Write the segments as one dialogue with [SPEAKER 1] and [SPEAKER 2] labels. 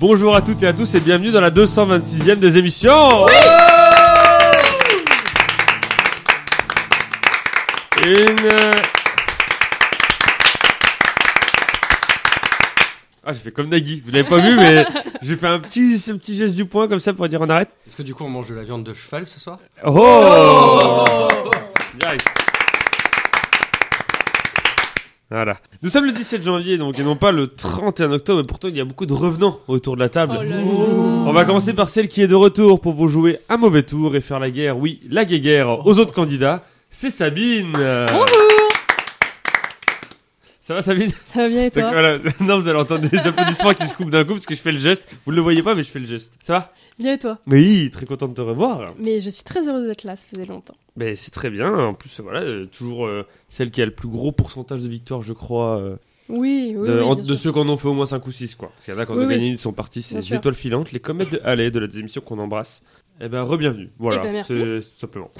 [SPEAKER 1] Bonjour à toutes et à tous et bienvenue dans la 226e des émissions. Une. euh, Ah, j'ai fait comme Nagui. Vous l'avez pas vu, mais j'ai fait un petit, un petit geste du poing comme ça pour dire on arrête.
[SPEAKER 2] Est-ce que du coup on mange de la viande de cheval ce soir
[SPEAKER 1] Oh, Direct. Voilà. Nous sommes le 17 janvier, donc, et non pas le 31 octobre, et pourtant il y a beaucoup de revenants autour de la table.
[SPEAKER 3] Oh là là.
[SPEAKER 1] On va commencer par celle qui est de retour pour vous jouer un mauvais tour et faire la guerre, oui, la guéguerre aux autres candidats. C'est Sabine.
[SPEAKER 3] Bonjour
[SPEAKER 1] Ça va Sabine
[SPEAKER 3] Ça va bien et
[SPEAKER 1] Donc,
[SPEAKER 3] toi
[SPEAKER 1] voilà. Non, vous allez entendre des applaudissements qui se coupent d'un coup parce que je fais le geste. Vous ne le voyez pas, mais je fais le geste. Ça va
[SPEAKER 3] Bien et toi
[SPEAKER 1] Oui, très content de te revoir.
[SPEAKER 3] Mais je suis très heureuse d'être là, ça faisait longtemps.
[SPEAKER 1] Mais c'est très bien. En plus, voilà, euh, toujours euh, celle qui a le plus gros pourcentage de victoires, je crois, euh,
[SPEAKER 3] Oui, oui,
[SPEAKER 1] de,
[SPEAKER 3] oui,
[SPEAKER 1] en-
[SPEAKER 3] bien
[SPEAKER 1] de
[SPEAKER 3] sûr.
[SPEAKER 1] ceux qu'on en fait au moins 5 ou 6, quoi. Parce qu'il y en a qui en
[SPEAKER 3] Oui,
[SPEAKER 1] ont
[SPEAKER 3] oui.
[SPEAKER 1] gagné une, sont partis. C'est
[SPEAKER 3] Bien
[SPEAKER 1] les
[SPEAKER 3] sûr.
[SPEAKER 1] étoiles filantes, les comètes de Halley de la démission qu'on embrasse. Eh ben, re-bienvenue. Voilà,
[SPEAKER 3] Eh ben, merci.
[SPEAKER 1] c'est c'est tout simplement.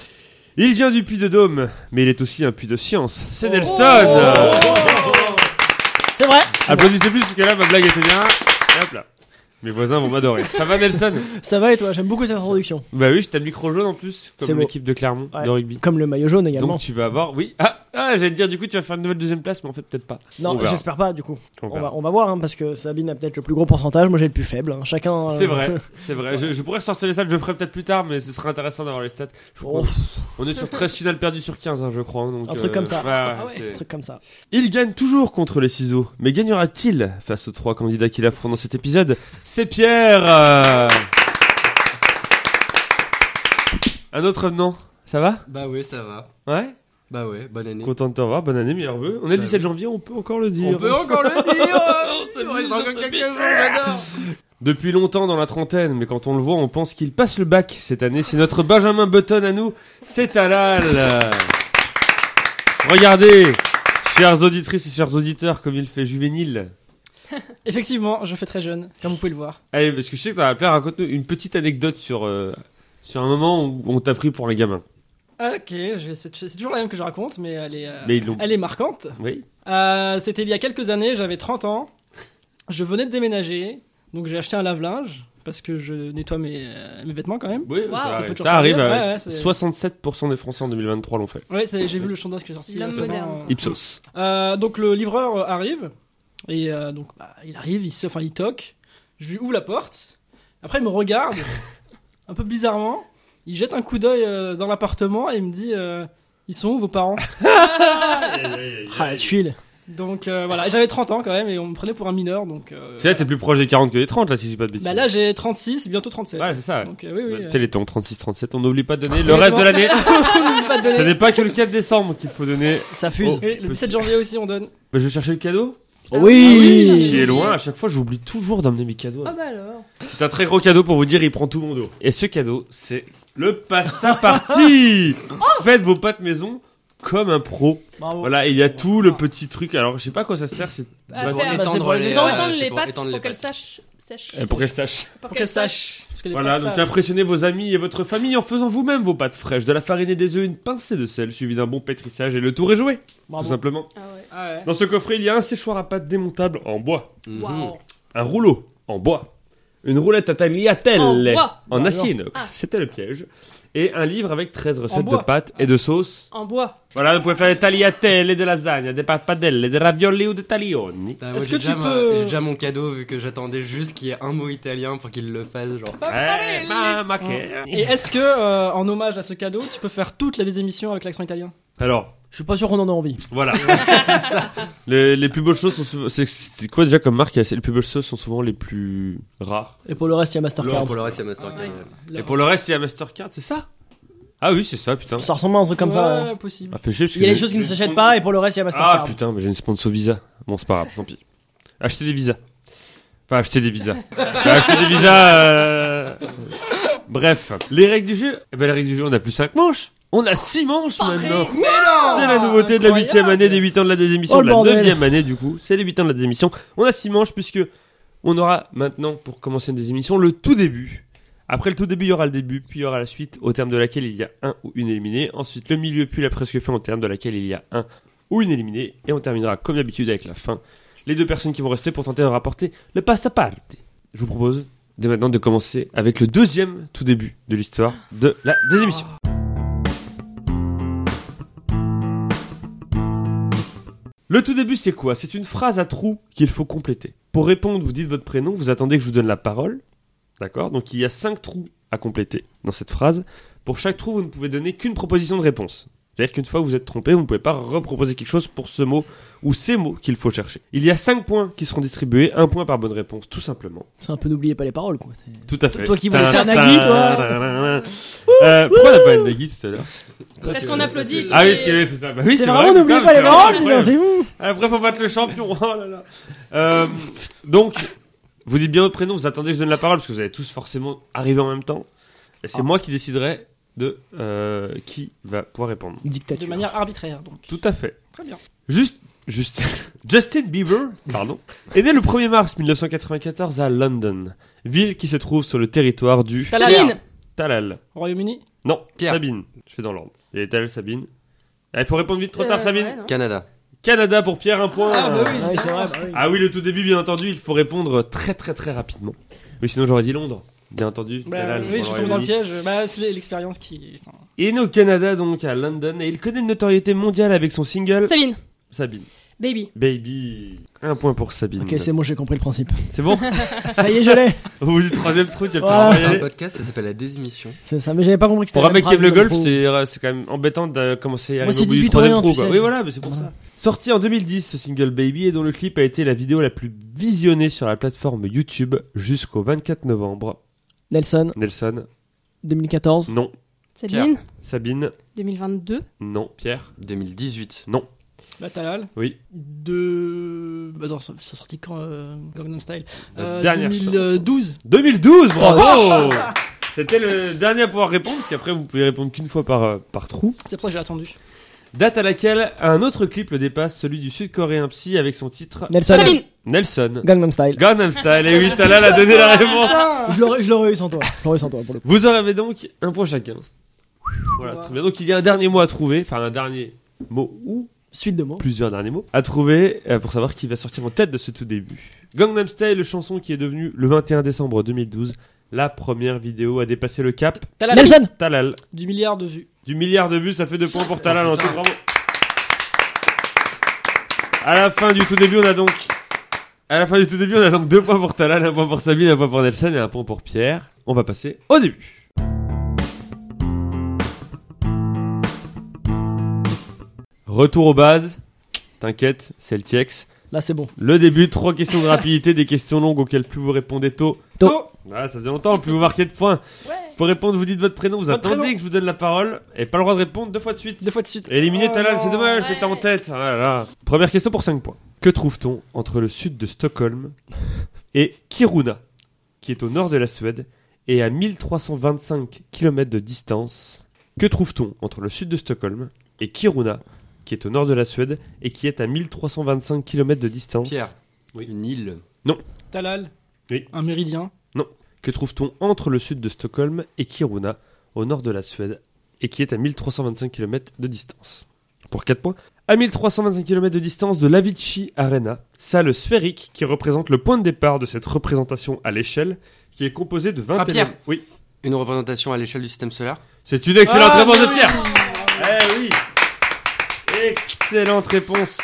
[SPEAKER 1] Il vient du Puy de Dôme, mais il est aussi un Puy de Science. C'est
[SPEAKER 3] Oh
[SPEAKER 1] Nelson
[SPEAKER 4] C'est vrai,
[SPEAKER 1] Applaudissez plus, parce que là, ma blague était bien. Et hop là. Mes voisins vont m'adorer. Ça va, Nelson
[SPEAKER 4] ça va et toi J'aime beaucoup cette introduction.
[SPEAKER 1] Bah oui, je t'ai le micro jaune en plus,
[SPEAKER 4] C'est
[SPEAKER 1] comme
[SPEAKER 4] beau.
[SPEAKER 1] l'équipe de Clermont
[SPEAKER 4] Ouais.
[SPEAKER 1] de rugby.
[SPEAKER 4] Comme le maillot jaune également.
[SPEAKER 1] Donc tu vas avoir, oui. Ah, ah j'allais te dire, du coup, tu vas faire une nouvelle deuxième place, mais en fait, peut-être pas. On
[SPEAKER 4] non,
[SPEAKER 1] verra.
[SPEAKER 4] j'espère pas du coup.
[SPEAKER 1] On
[SPEAKER 4] On
[SPEAKER 1] verra.
[SPEAKER 4] va, on va voir hein, parce que Sabine a peut-être le plus gros pourcentage, moi j'ai le plus faible. hein. Chacun. euh,
[SPEAKER 1] C'est vrai, c'est vrai. Je, je pourrais ressortir les stats, je le ferai peut-être plus tard, mais ce serait intéressant d'avoir les stats. Je crois
[SPEAKER 4] Oh.
[SPEAKER 1] qu'on- On est sur 13 finales perdues sur 15, hein, je crois. hein, donc,
[SPEAKER 4] Un truc comme ça. Ah
[SPEAKER 1] ouais, ouais, c'est-
[SPEAKER 4] un truc comme ça.
[SPEAKER 1] Il gagne toujours contre les ciseaux, mais gagnera-t-il face aux trois candidats qu'il affronte dans cet épisode C'est Pierre euh. Un autre revenant, ça va
[SPEAKER 2] Bah ouais, ça va.
[SPEAKER 1] Ouais
[SPEAKER 2] Bah ouais, bonne année.
[SPEAKER 1] Content de te revoir, bonne année, meilleurs vœux. On est le
[SPEAKER 2] Bah
[SPEAKER 1] 17
[SPEAKER 2] oui.
[SPEAKER 1] janvier, on peut encore le dire.
[SPEAKER 2] On peut encore le dire On reste encore quelques jours, j'adore
[SPEAKER 1] Depuis longtemps dans la trentaine, mais quand on le voit, on pense qu'il passe le bac. Cette année, c'est notre Benjamin Button à nous, c'est Alal. Regardez, chères auditrices et chers auditeurs, comme il fait juvénile.
[SPEAKER 5] Effectivement, je fais très jeune, comme vous pouvez le voir.
[SPEAKER 1] Allez, parce que je sais que t'as appelé, raconte-nous une petite anecdote sur, euh, sur un moment où on t'a pris pour un gamin.
[SPEAKER 5] Ok, je vais- c'est c'est toujours la même que je raconte, mais elle est, euh,
[SPEAKER 1] Mais ils l'ont-
[SPEAKER 5] elle est marquante.
[SPEAKER 1] Oui.
[SPEAKER 5] Euh, C'était il y a quelques années, j'avais 30 ans, je venais de déménager, donc j'ai acheté un lave-linge, parce que je nettoie mes, euh, mes vêtements quand même.
[SPEAKER 1] Oui, ça
[SPEAKER 3] Wow. Ça
[SPEAKER 5] peut
[SPEAKER 1] arrive.
[SPEAKER 5] toujours
[SPEAKER 1] Ça arrive,
[SPEAKER 5] servir,
[SPEAKER 1] euh,
[SPEAKER 5] ouais, ouais, c'est-
[SPEAKER 1] 67% des Français en 2023 l'ont fait.
[SPEAKER 5] Ouais, c'est- j'ai vu le sondage qui est sorti.
[SPEAKER 3] L'homme
[SPEAKER 5] récemment.
[SPEAKER 3] moderne.
[SPEAKER 1] Ipsos.
[SPEAKER 5] Ah. Euh, donc le livreur euh, arrive, et euh, donc bah, il arrive, il, se- enfin, il toque, je lui ouvre la porte, après il me regarde, un peu bizarrement, il jette un coup d'œil euh, dans l'appartement et il me dit euh, Ils sont où vos parents
[SPEAKER 4] Ah, la tuile.
[SPEAKER 5] Donc euh, voilà, Et j'avais 30 ans quand même et on me prenait pour un mineur donc. euh,
[SPEAKER 1] C'est là, t'es plus proche des 40 que des 30, là, si je dis pas de bêtises.
[SPEAKER 5] bah là j'ai 36, bientôt 37.
[SPEAKER 1] Ouais, c'est ça.
[SPEAKER 5] Donc euh, oui oui. Ah, euh,
[SPEAKER 1] Téléthon 36-37, on n'oublie pas de donner le reste de l'année.
[SPEAKER 5] pas de donner.
[SPEAKER 1] Ce n'est pas que le 4 décembre qu'il faut donner.
[SPEAKER 4] Ça fuse.
[SPEAKER 1] Oh.
[SPEAKER 5] Et le
[SPEAKER 1] Petit-
[SPEAKER 5] 17 janvier aussi on donne.
[SPEAKER 1] Bah, je vais chercher le cadeau.
[SPEAKER 3] Ah
[SPEAKER 4] oui.
[SPEAKER 1] Qui est loin, à chaque fois j'oublie toujours d'emmener mes cadeaux.
[SPEAKER 3] Ah bah alors
[SPEAKER 1] C'est un très gros cadeau pour vous dire, il prend tout mon dos. Et ce cadeau, c'est le pasta party
[SPEAKER 4] Oh.
[SPEAKER 1] Faites vos pâtes maison comme un pro.
[SPEAKER 4] Bravo.
[SPEAKER 1] Voilà, il y a tout le petit truc. Alors je sais pas à quoi ça sert, c'est
[SPEAKER 3] Ah,
[SPEAKER 1] c'est-
[SPEAKER 3] faire-
[SPEAKER 4] Bah, c'est pour les
[SPEAKER 3] J'ai
[SPEAKER 4] dents,
[SPEAKER 2] euh,
[SPEAKER 3] entendu
[SPEAKER 2] c'est
[SPEAKER 3] les
[SPEAKER 2] pour
[SPEAKER 3] pattes
[SPEAKER 2] étendre
[SPEAKER 3] pour
[SPEAKER 2] les
[SPEAKER 3] qu'elles
[SPEAKER 2] pattes.
[SPEAKER 3] sachent. sèchent.
[SPEAKER 1] Eh, pour qu'elle sache.
[SPEAKER 3] Pour
[SPEAKER 5] Pour qu'elle sache. Parce que les
[SPEAKER 1] Voilà,
[SPEAKER 5] parents
[SPEAKER 1] donc
[SPEAKER 5] savent.
[SPEAKER 1] impressionnez vos amis et votre famille en faisant vous-même vos pâtes fraîches, de la farine et des œufs, une pincée de sel suivie d'un bon pétrissage et le tour est joué, tout
[SPEAKER 4] Bravo.
[SPEAKER 1] simplement.
[SPEAKER 3] Ah ouais.
[SPEAKER 5] Ah ouais.
[SPEAKER 1] Dans ce coffret, il y a un séchoir à pâtes démontable en bois,
[SPEAKER 2] Mhm.
[SPEAKER 3] Waouh
[SPEAKER 1] un rouleau en bois, une roulette à tagliatelle
[SPEAKER 3] En bois.
[SPEAKER 4] Bah
[SPEAKER 1] en acier inox,
[SPEAKER 3] Ah.
[SPEAKER 1] c'était le piège, et un livre avec 13 recettes de
[SPEAKER 5] bois.
[SPEAKER 1] pâtes et de sauces.
[SPEAKER 3] En bois
[SPEAKER 1] Voilà, vous pouvez faire des tagliatelles et des lasagnes, des papadelles, des ravioli ou des taglioni.
[SPEAKER 2] Putain, moi,
[SPEAKER 5] Est-ce
[SPEAKER 2] j'ai
[SPEAKER 5] que
[SPEAKER 2] déjà
[SPEAKER 5] tu
[SPEAKER 2] ma-
[SPEAKER 5] peux-
[SPEAKER 2] J'ai déjà mon cadeau vu que j'attendais juste qu'il y ait un mot italien pour qu'il le fasse, genre.
[SPEAKER 1] Eh, ma- ma-
[SPEAKER 5] Et est-ce que euh, en hommage à ce cadeau, tu peux faire toutes les émissions avec l'accent italien
[SPEAKER 1] Alors,
[SPEAKER 4] Je suis pas sûr qu'on en a envie.
[SPEAKER 1] Voilà. les, les plus belles choses sont souvent. C'est c'est quoi déjà comme marque Les plus belles choses sont souvent les plus rares.
[SPEAKER 4] Et pour le reste, il y a
[SPEAKER 2] Non,
[SPEAKER 4] Mastercard.
[SPEAKER 2] pour le reste, c'est Mastercard.
[SPEAKER 3] Ouais.
[SPEAKER 2] ouais.
[SPEAKER 1] Et pour le reste, il y a Mastercard, c'est ça Ah oui, c'est ça, putain.
[SPEAKER 4] Ça ressemble à un truc comme ça.
[SPEAKER 5] Ouais,
[SPEAKER 4] ouais.
[SPEAKER 5] possible.
[SPEAKER 1] Ah, fais chier, parce
[SPEAKER 4] Il y a
[SPEAKER 1] que
[SPEAKER 4] les
[SPEAKER 1] j'ai-
[SPEAKER 4] choses qui ne
[SPEAKER 1] j'ai-
[SPEAKER 4] s'achètent pas et pour le reste, il y a
[SPEAKER 1] Ah
[SPEAKER 4] Mastercard.
[SPEAKER 1] putain, mais j'ai une sponsor Visa. Bon, c'est pas grave, tant pis. Acheter des visas. Enfin, acheter des visas. acheter des visas. euh, Bref, les règles du jeu. Eh ben, les règles du jeu, on a plus 5 manches. On a 6 manches
[SPEAKER 3] Pas
[SPEAKER 1] maintenant.
[SPEAKER 3] vrai.
[SPEAKER 1] C'est la nouveauté de la
[SPEAKER 5] Incroyable.
[SPEAKER 1] huitième année des 8 ans de la désémission,
[SPEAKER 4] Oh,
[SPEAKER 1] de
[SPEAKER 4] le
[SPEAKER 1] la
[SPEAKER 4] bordel.
[SPEAKER 1] neuvième année du coup. C'est les 8 ans de la désémission. On a six manches puisque on aura maintenant pour commencer une désémission le tout début. Après le tout début, il y aura le début, puis il y aura la suite au terme de laquelle il y a un ou une éliminée. Ensuite le milieu, puis la presque fin au terme de laquelle il y a un ou une éliminée. Et on terminera comme d'habitude avec la fin. Les deux personnes qui vont rester pour tenter de rapporter le pasta party. je vous propose dès maintenant de commencer avec le deuxième tout début de l'histoire de la désémission. Le tout début, c'est quoi C'est une phrase à trous qu'il faut compléter. Pour répondre, vous dites votre prénom, vous attendez que je vous donne la parole. D'accord Donc il y a cinq trous à compléter dans cette phrase. Pour chaque trou, vous ne pouvez donner qu'une proposition de réponse. C'est-à-dire qu'une fois que vous êtes trompé, vous ne pouvez pas reproposer quelque chose pour ce mot ou ces mots qu'il faut chercher. Il y a 5 points qui seront distribués, un point par bonne réponse, tout simplement.
[SPEAKER 4] C'est un peu n'oubliez pas les paroles, quoi. C'est-
[SPEAKER 1] Tout à fait.
[SPEAKER 4] Toi qui voulais
[SPEAKER 1] Tin,
[SPEAKER 4] faire Nagui,
[SPEAKER 1] tin, tin,
[SPEAKER 4] toi.
[SPEAKER 1] tin, tin. Euh, Pourquoi on n'a pas eu Nagui tout à l'heure
[SPEAKER 3] Parce qu'on applaudit. Euh,
[SPEAKER 1] Ah oui, c'est c'est ça. Bah oui,
[SPEAKER 4] c'est
[SPEAKER 1] vrai,
[SPEAKER 4] vraiment n'oubliez
[SPEAKER 1] putain,
[SPEAKER 4] pas les
[SPEAKER 1] c'est
[SPEAKER 4] paroles,
[SPEAKER 1] incroyable.
[SPEAKER 4] putain, c'est vous.
[SPEAKER 1] Après, Ah, faut battre le champion. Oh là là. Euh, donc, vous dites bien votre prénom, vous attendez que je donne la parole, parce que vous allez tous forcément arriver en même temps. Et
[SPEAKER 5] Ah.
[SPEAKER 1] c'est moi qui déciderai de euh, qui va pouvoir répondre.
[SPEAKER 4] Dictature.
[SPEAKER 5] De manière arbitraire, donc.
[SPEAKER 1] Tout à fait.
[SPEAKER 5] Très bien.
[SPEAKER 1] Juste, juste, Justin Bieber, pardon, est né le 1er mars 1994 à London, ville qui se trouve sur le territoire du
[SPEAKER 5] Talal.
[SPEAKER 3] Sabine
[SPEAKER 1] Talal.
[SPEAKER 5] Royaume-Uni
[SPEAKER 1] Non,
[SPEAKER 2] Pierre.
[SPEAKER 1] Sabine. Je fais dans l'ordre. Il y a Talal, Sabine. Allez, faut répondre vite, trop tard,
[SPEAKER 3] Euh,
[SPEAKER 1] Sabine.
[SPEAKER 3] ouais, non.
[SPEAKER 2] Canada.
[SPEAKER 1] Canada pour Pierre, un point.
[SPEAKER 5] Ah, bah oui.
[SPEAKER 4] Ouais, c'est vrai, bah oui.
[SPEAKER 1] Ah oui, le tout début, bien entendu, il faut répondre très très très rapidement. Oui, sinon j'aurais dit Londres, bien entendu.
[SPEAKER 5] Bah,
[SPEAKER 1] Talal,
[SPEAKER 5] oui, je suis tombé
[SPEAKER 1] Royaume-Uni.
[SPEAKER 5] dans le piège. Bah, c'est l'expérience qui. enfin,
[SPEAKER 1] Il est né au Canada, donc à London, et il connaît une notoriété mondiale avec son single
[SPEAKER 3] Sabine,
[SPEAKER 1] Sabine.
[SPEAKER 3] baby.
[SPEAKER 1] Baby. Un point pour Sabine.
[SPEAKER 4] Ok, c'est bon, j'ai compris le principe.
[SPEAKER 1] C'est bon
[SPEAKER 4] Ça y est, je l'ai.
[SPEAKER 1] Vous dites troisième truc, il y a
[SPEAKER 4] Voilà.
[SPEAKER 1] peut-être
[SPEAKER 2] C'est
[SPEAKER 1] moyen.
[SPEAKER 2] un podcast, ça s'appelle La Désémission.
[SPEAKER 4] C'est ça, mais j'avais pas compris que c'était.
[SPEAKER 1] Pour un
[SPEAKER 4] la
[SPEAKER 1] mec qui
[SPEAKER 4] phrase,
[SPEAKER 1] aime le
[SPEAKER 4] donc,
[SPEAKER 1] golf,
[SPEAKER 4] je trouve-
[SPEAKER 1] c'est euh, c'est quand même embêtant de commencer à
[SPEAKER 4] Moi,
[SPEAKER 1] arriver
[SPEAKER 4] c'est
[SPEAKER 1] au bout du
[SPEAKER 4] 18
[SPEAKER 1] troisième
[SPEAKER 4] orient,
[SPEAKER 1] trou.
[SPEAKER 4] tu
[SPEAKER 1] quoi.
[SPEAKER 4] sais.
[SPEAKER 1] Oui, voilà, mais c'est pour
[SPEAKER 4] Voilà.
[SPEAKER 1] ça. Sorti en 2010, ce single Baby et dont le clip a été la vidéo la plus visionnée sur la plateforme YouTube jusqu'au 24 novembre.
[SPEAKER 4] Nelson,
[SPEAKER 1] Nelson,
[SPEAKER 4] 2014.
[SPEAKER 1] non.
[SPEAKER 3] Sabine,
[SPEAKER 1] Sabine,
[SPEAKER 3] 2022.
[SPEAKER 1] non. Pierre,
[SPEAKER 2] 2018.
[SPEAKER 5] Bah, Talal.
[SPEAKER 1] oui.
[SPEAKER 5] De. Bah, non, ça, ça sortit quand euh, Gangnam Style
[SPEAKER 1] La
[SPEAKER 5] Euh,
[SPEAKER 1] dernière
[SPEAKER 5] 2012.
[SPEAKER 1] 2012,
[SPEAKER 5] Oh,
[SPEAKER 1] bravo C'était le dernier à pouvoir répondre, parce qu'après vous pouvez répondre qu'une fois par, euh, par trou.
[SPEAKER 5] C'est pour ça que j'ai attendu.
[SPEAKER 1] Date à laquelle un autre clip le dépasse, celui du sud-coréen Psy avec son titre
[SPEAKER 4] Nelson,
[SPEAKER 3] Sabine
[SPEAKER 1] Nelson.
[SPEAKER 4] Gangnam Style.
[SPEAKER 1] Gangnam Style, et oui, Talal a donné la réponse
[SPEAKER 4] Je l'aurais, je l'aurais eu sans toi. Je l'aurais eu sans toi pour le coup.
[SPEAKER 1] Vous en avez donc un point chacun. Voilà,
[SPEAKER 5] Wow.
[SPEAKER 1] très bien. Donc il y a un dernier mot à trouver, enfin un dernier mot ou
[SPEAKER 4] Suite de mots.
[SPEAKER 1] plusieurs derniers mots à trouver euh, pour savoir qui va sortir en tête de ce tout début. Gangnam Style, chanson qui est devenue le 21 décembre 2012 la première vidéo à dépasser le cap.
[SPEAKER 5] Talal.
[SPEAKER 4] Nelson,
[SPEAKER 1] Talal,
[SPEAKER 5] Du milliard de vues.
[SPEAKER 1] du milliard de vues, ça fait deux points pour Talal en tout. Bravo. À la fin du tout début, on a donc à la fin du tout début, on a donc deux points pour Talal, un point pour Sabine, un point pour Nelson et un point pour Pierre. On va passer au début. Retour aux bases. T'inquiète, c'est le TIEX.
[SPEAKER 4] là c'est bon.
[SPEAKER 1] Le début, trois questions de rapidité, des questions longues auxquelles plus vous répondez tôt.
[SPEAKER 4] Tôt.
[SPEAKER 1] Voilà, ça faisait longtemps, plus vous marquez de points. Pour répondre, vous dites votre prénom, vous
[SPEAKER 5] Votre
[SPEAKER 1] attendez
[SPEAKER 5] prénom.
[SPEAKER 1] que je vous donne la parole, et pas le droit de répondre deux fois de suite.
[SPEAKER 5] Deux fois de suite.
[SPEAKER 1] Éliminer
[SPEAKER 5] Oh
[SPEAKER 1] Talal,
[SPEAKER 5] non.
[SPEAKER 1] c'est dommage,
[SPEAKER 3] Ouais.
[SPEAKER 1] c'était en tête. Ah là là. Première question pour 5 points. Que trouve-t-on entre le sud de Stockholm et Kiruna, qui est au nord de la Suède et à 1325 km de distance Que trouve-t-on entre le sud de Stockholm et Kiruna, qui est au nord de la Suède et qui est à 1325 km de distance
[SPEAKER 2] Pierre.
[SPEAKER 1] Oui.
[SPEAKER 2] Une île.
[SPEAKER 5] Talal.
[SPEAKER 1] Oui.
[SPEAKER 5] Un méridien.
[SPEAKER 1] Que trouve-t-on entre le sud de Stockholm et Kiruna, au nord de la Suède, et qui est à 1325 km de distance Pour 4 points. À 1325 km de distance de l'Avicii Arena, salle sphérique qui représente le point de départ de cette représentation à l'échelle, qui est composée de 21...
[SPEAKER 2] Ah, Pierre
[SPEAKER 1] Oui,
[SPEAKER 2] Une représentation à l'échelle du système solaire.
[SPEAKER 1] c'est une excellente
[SPEAKER 5] Ah,
[SPEAKER 1] réponse de
[SPEAKER 5] oui.
[SPEAKER 1] Pierre Eh oui Excellente réponse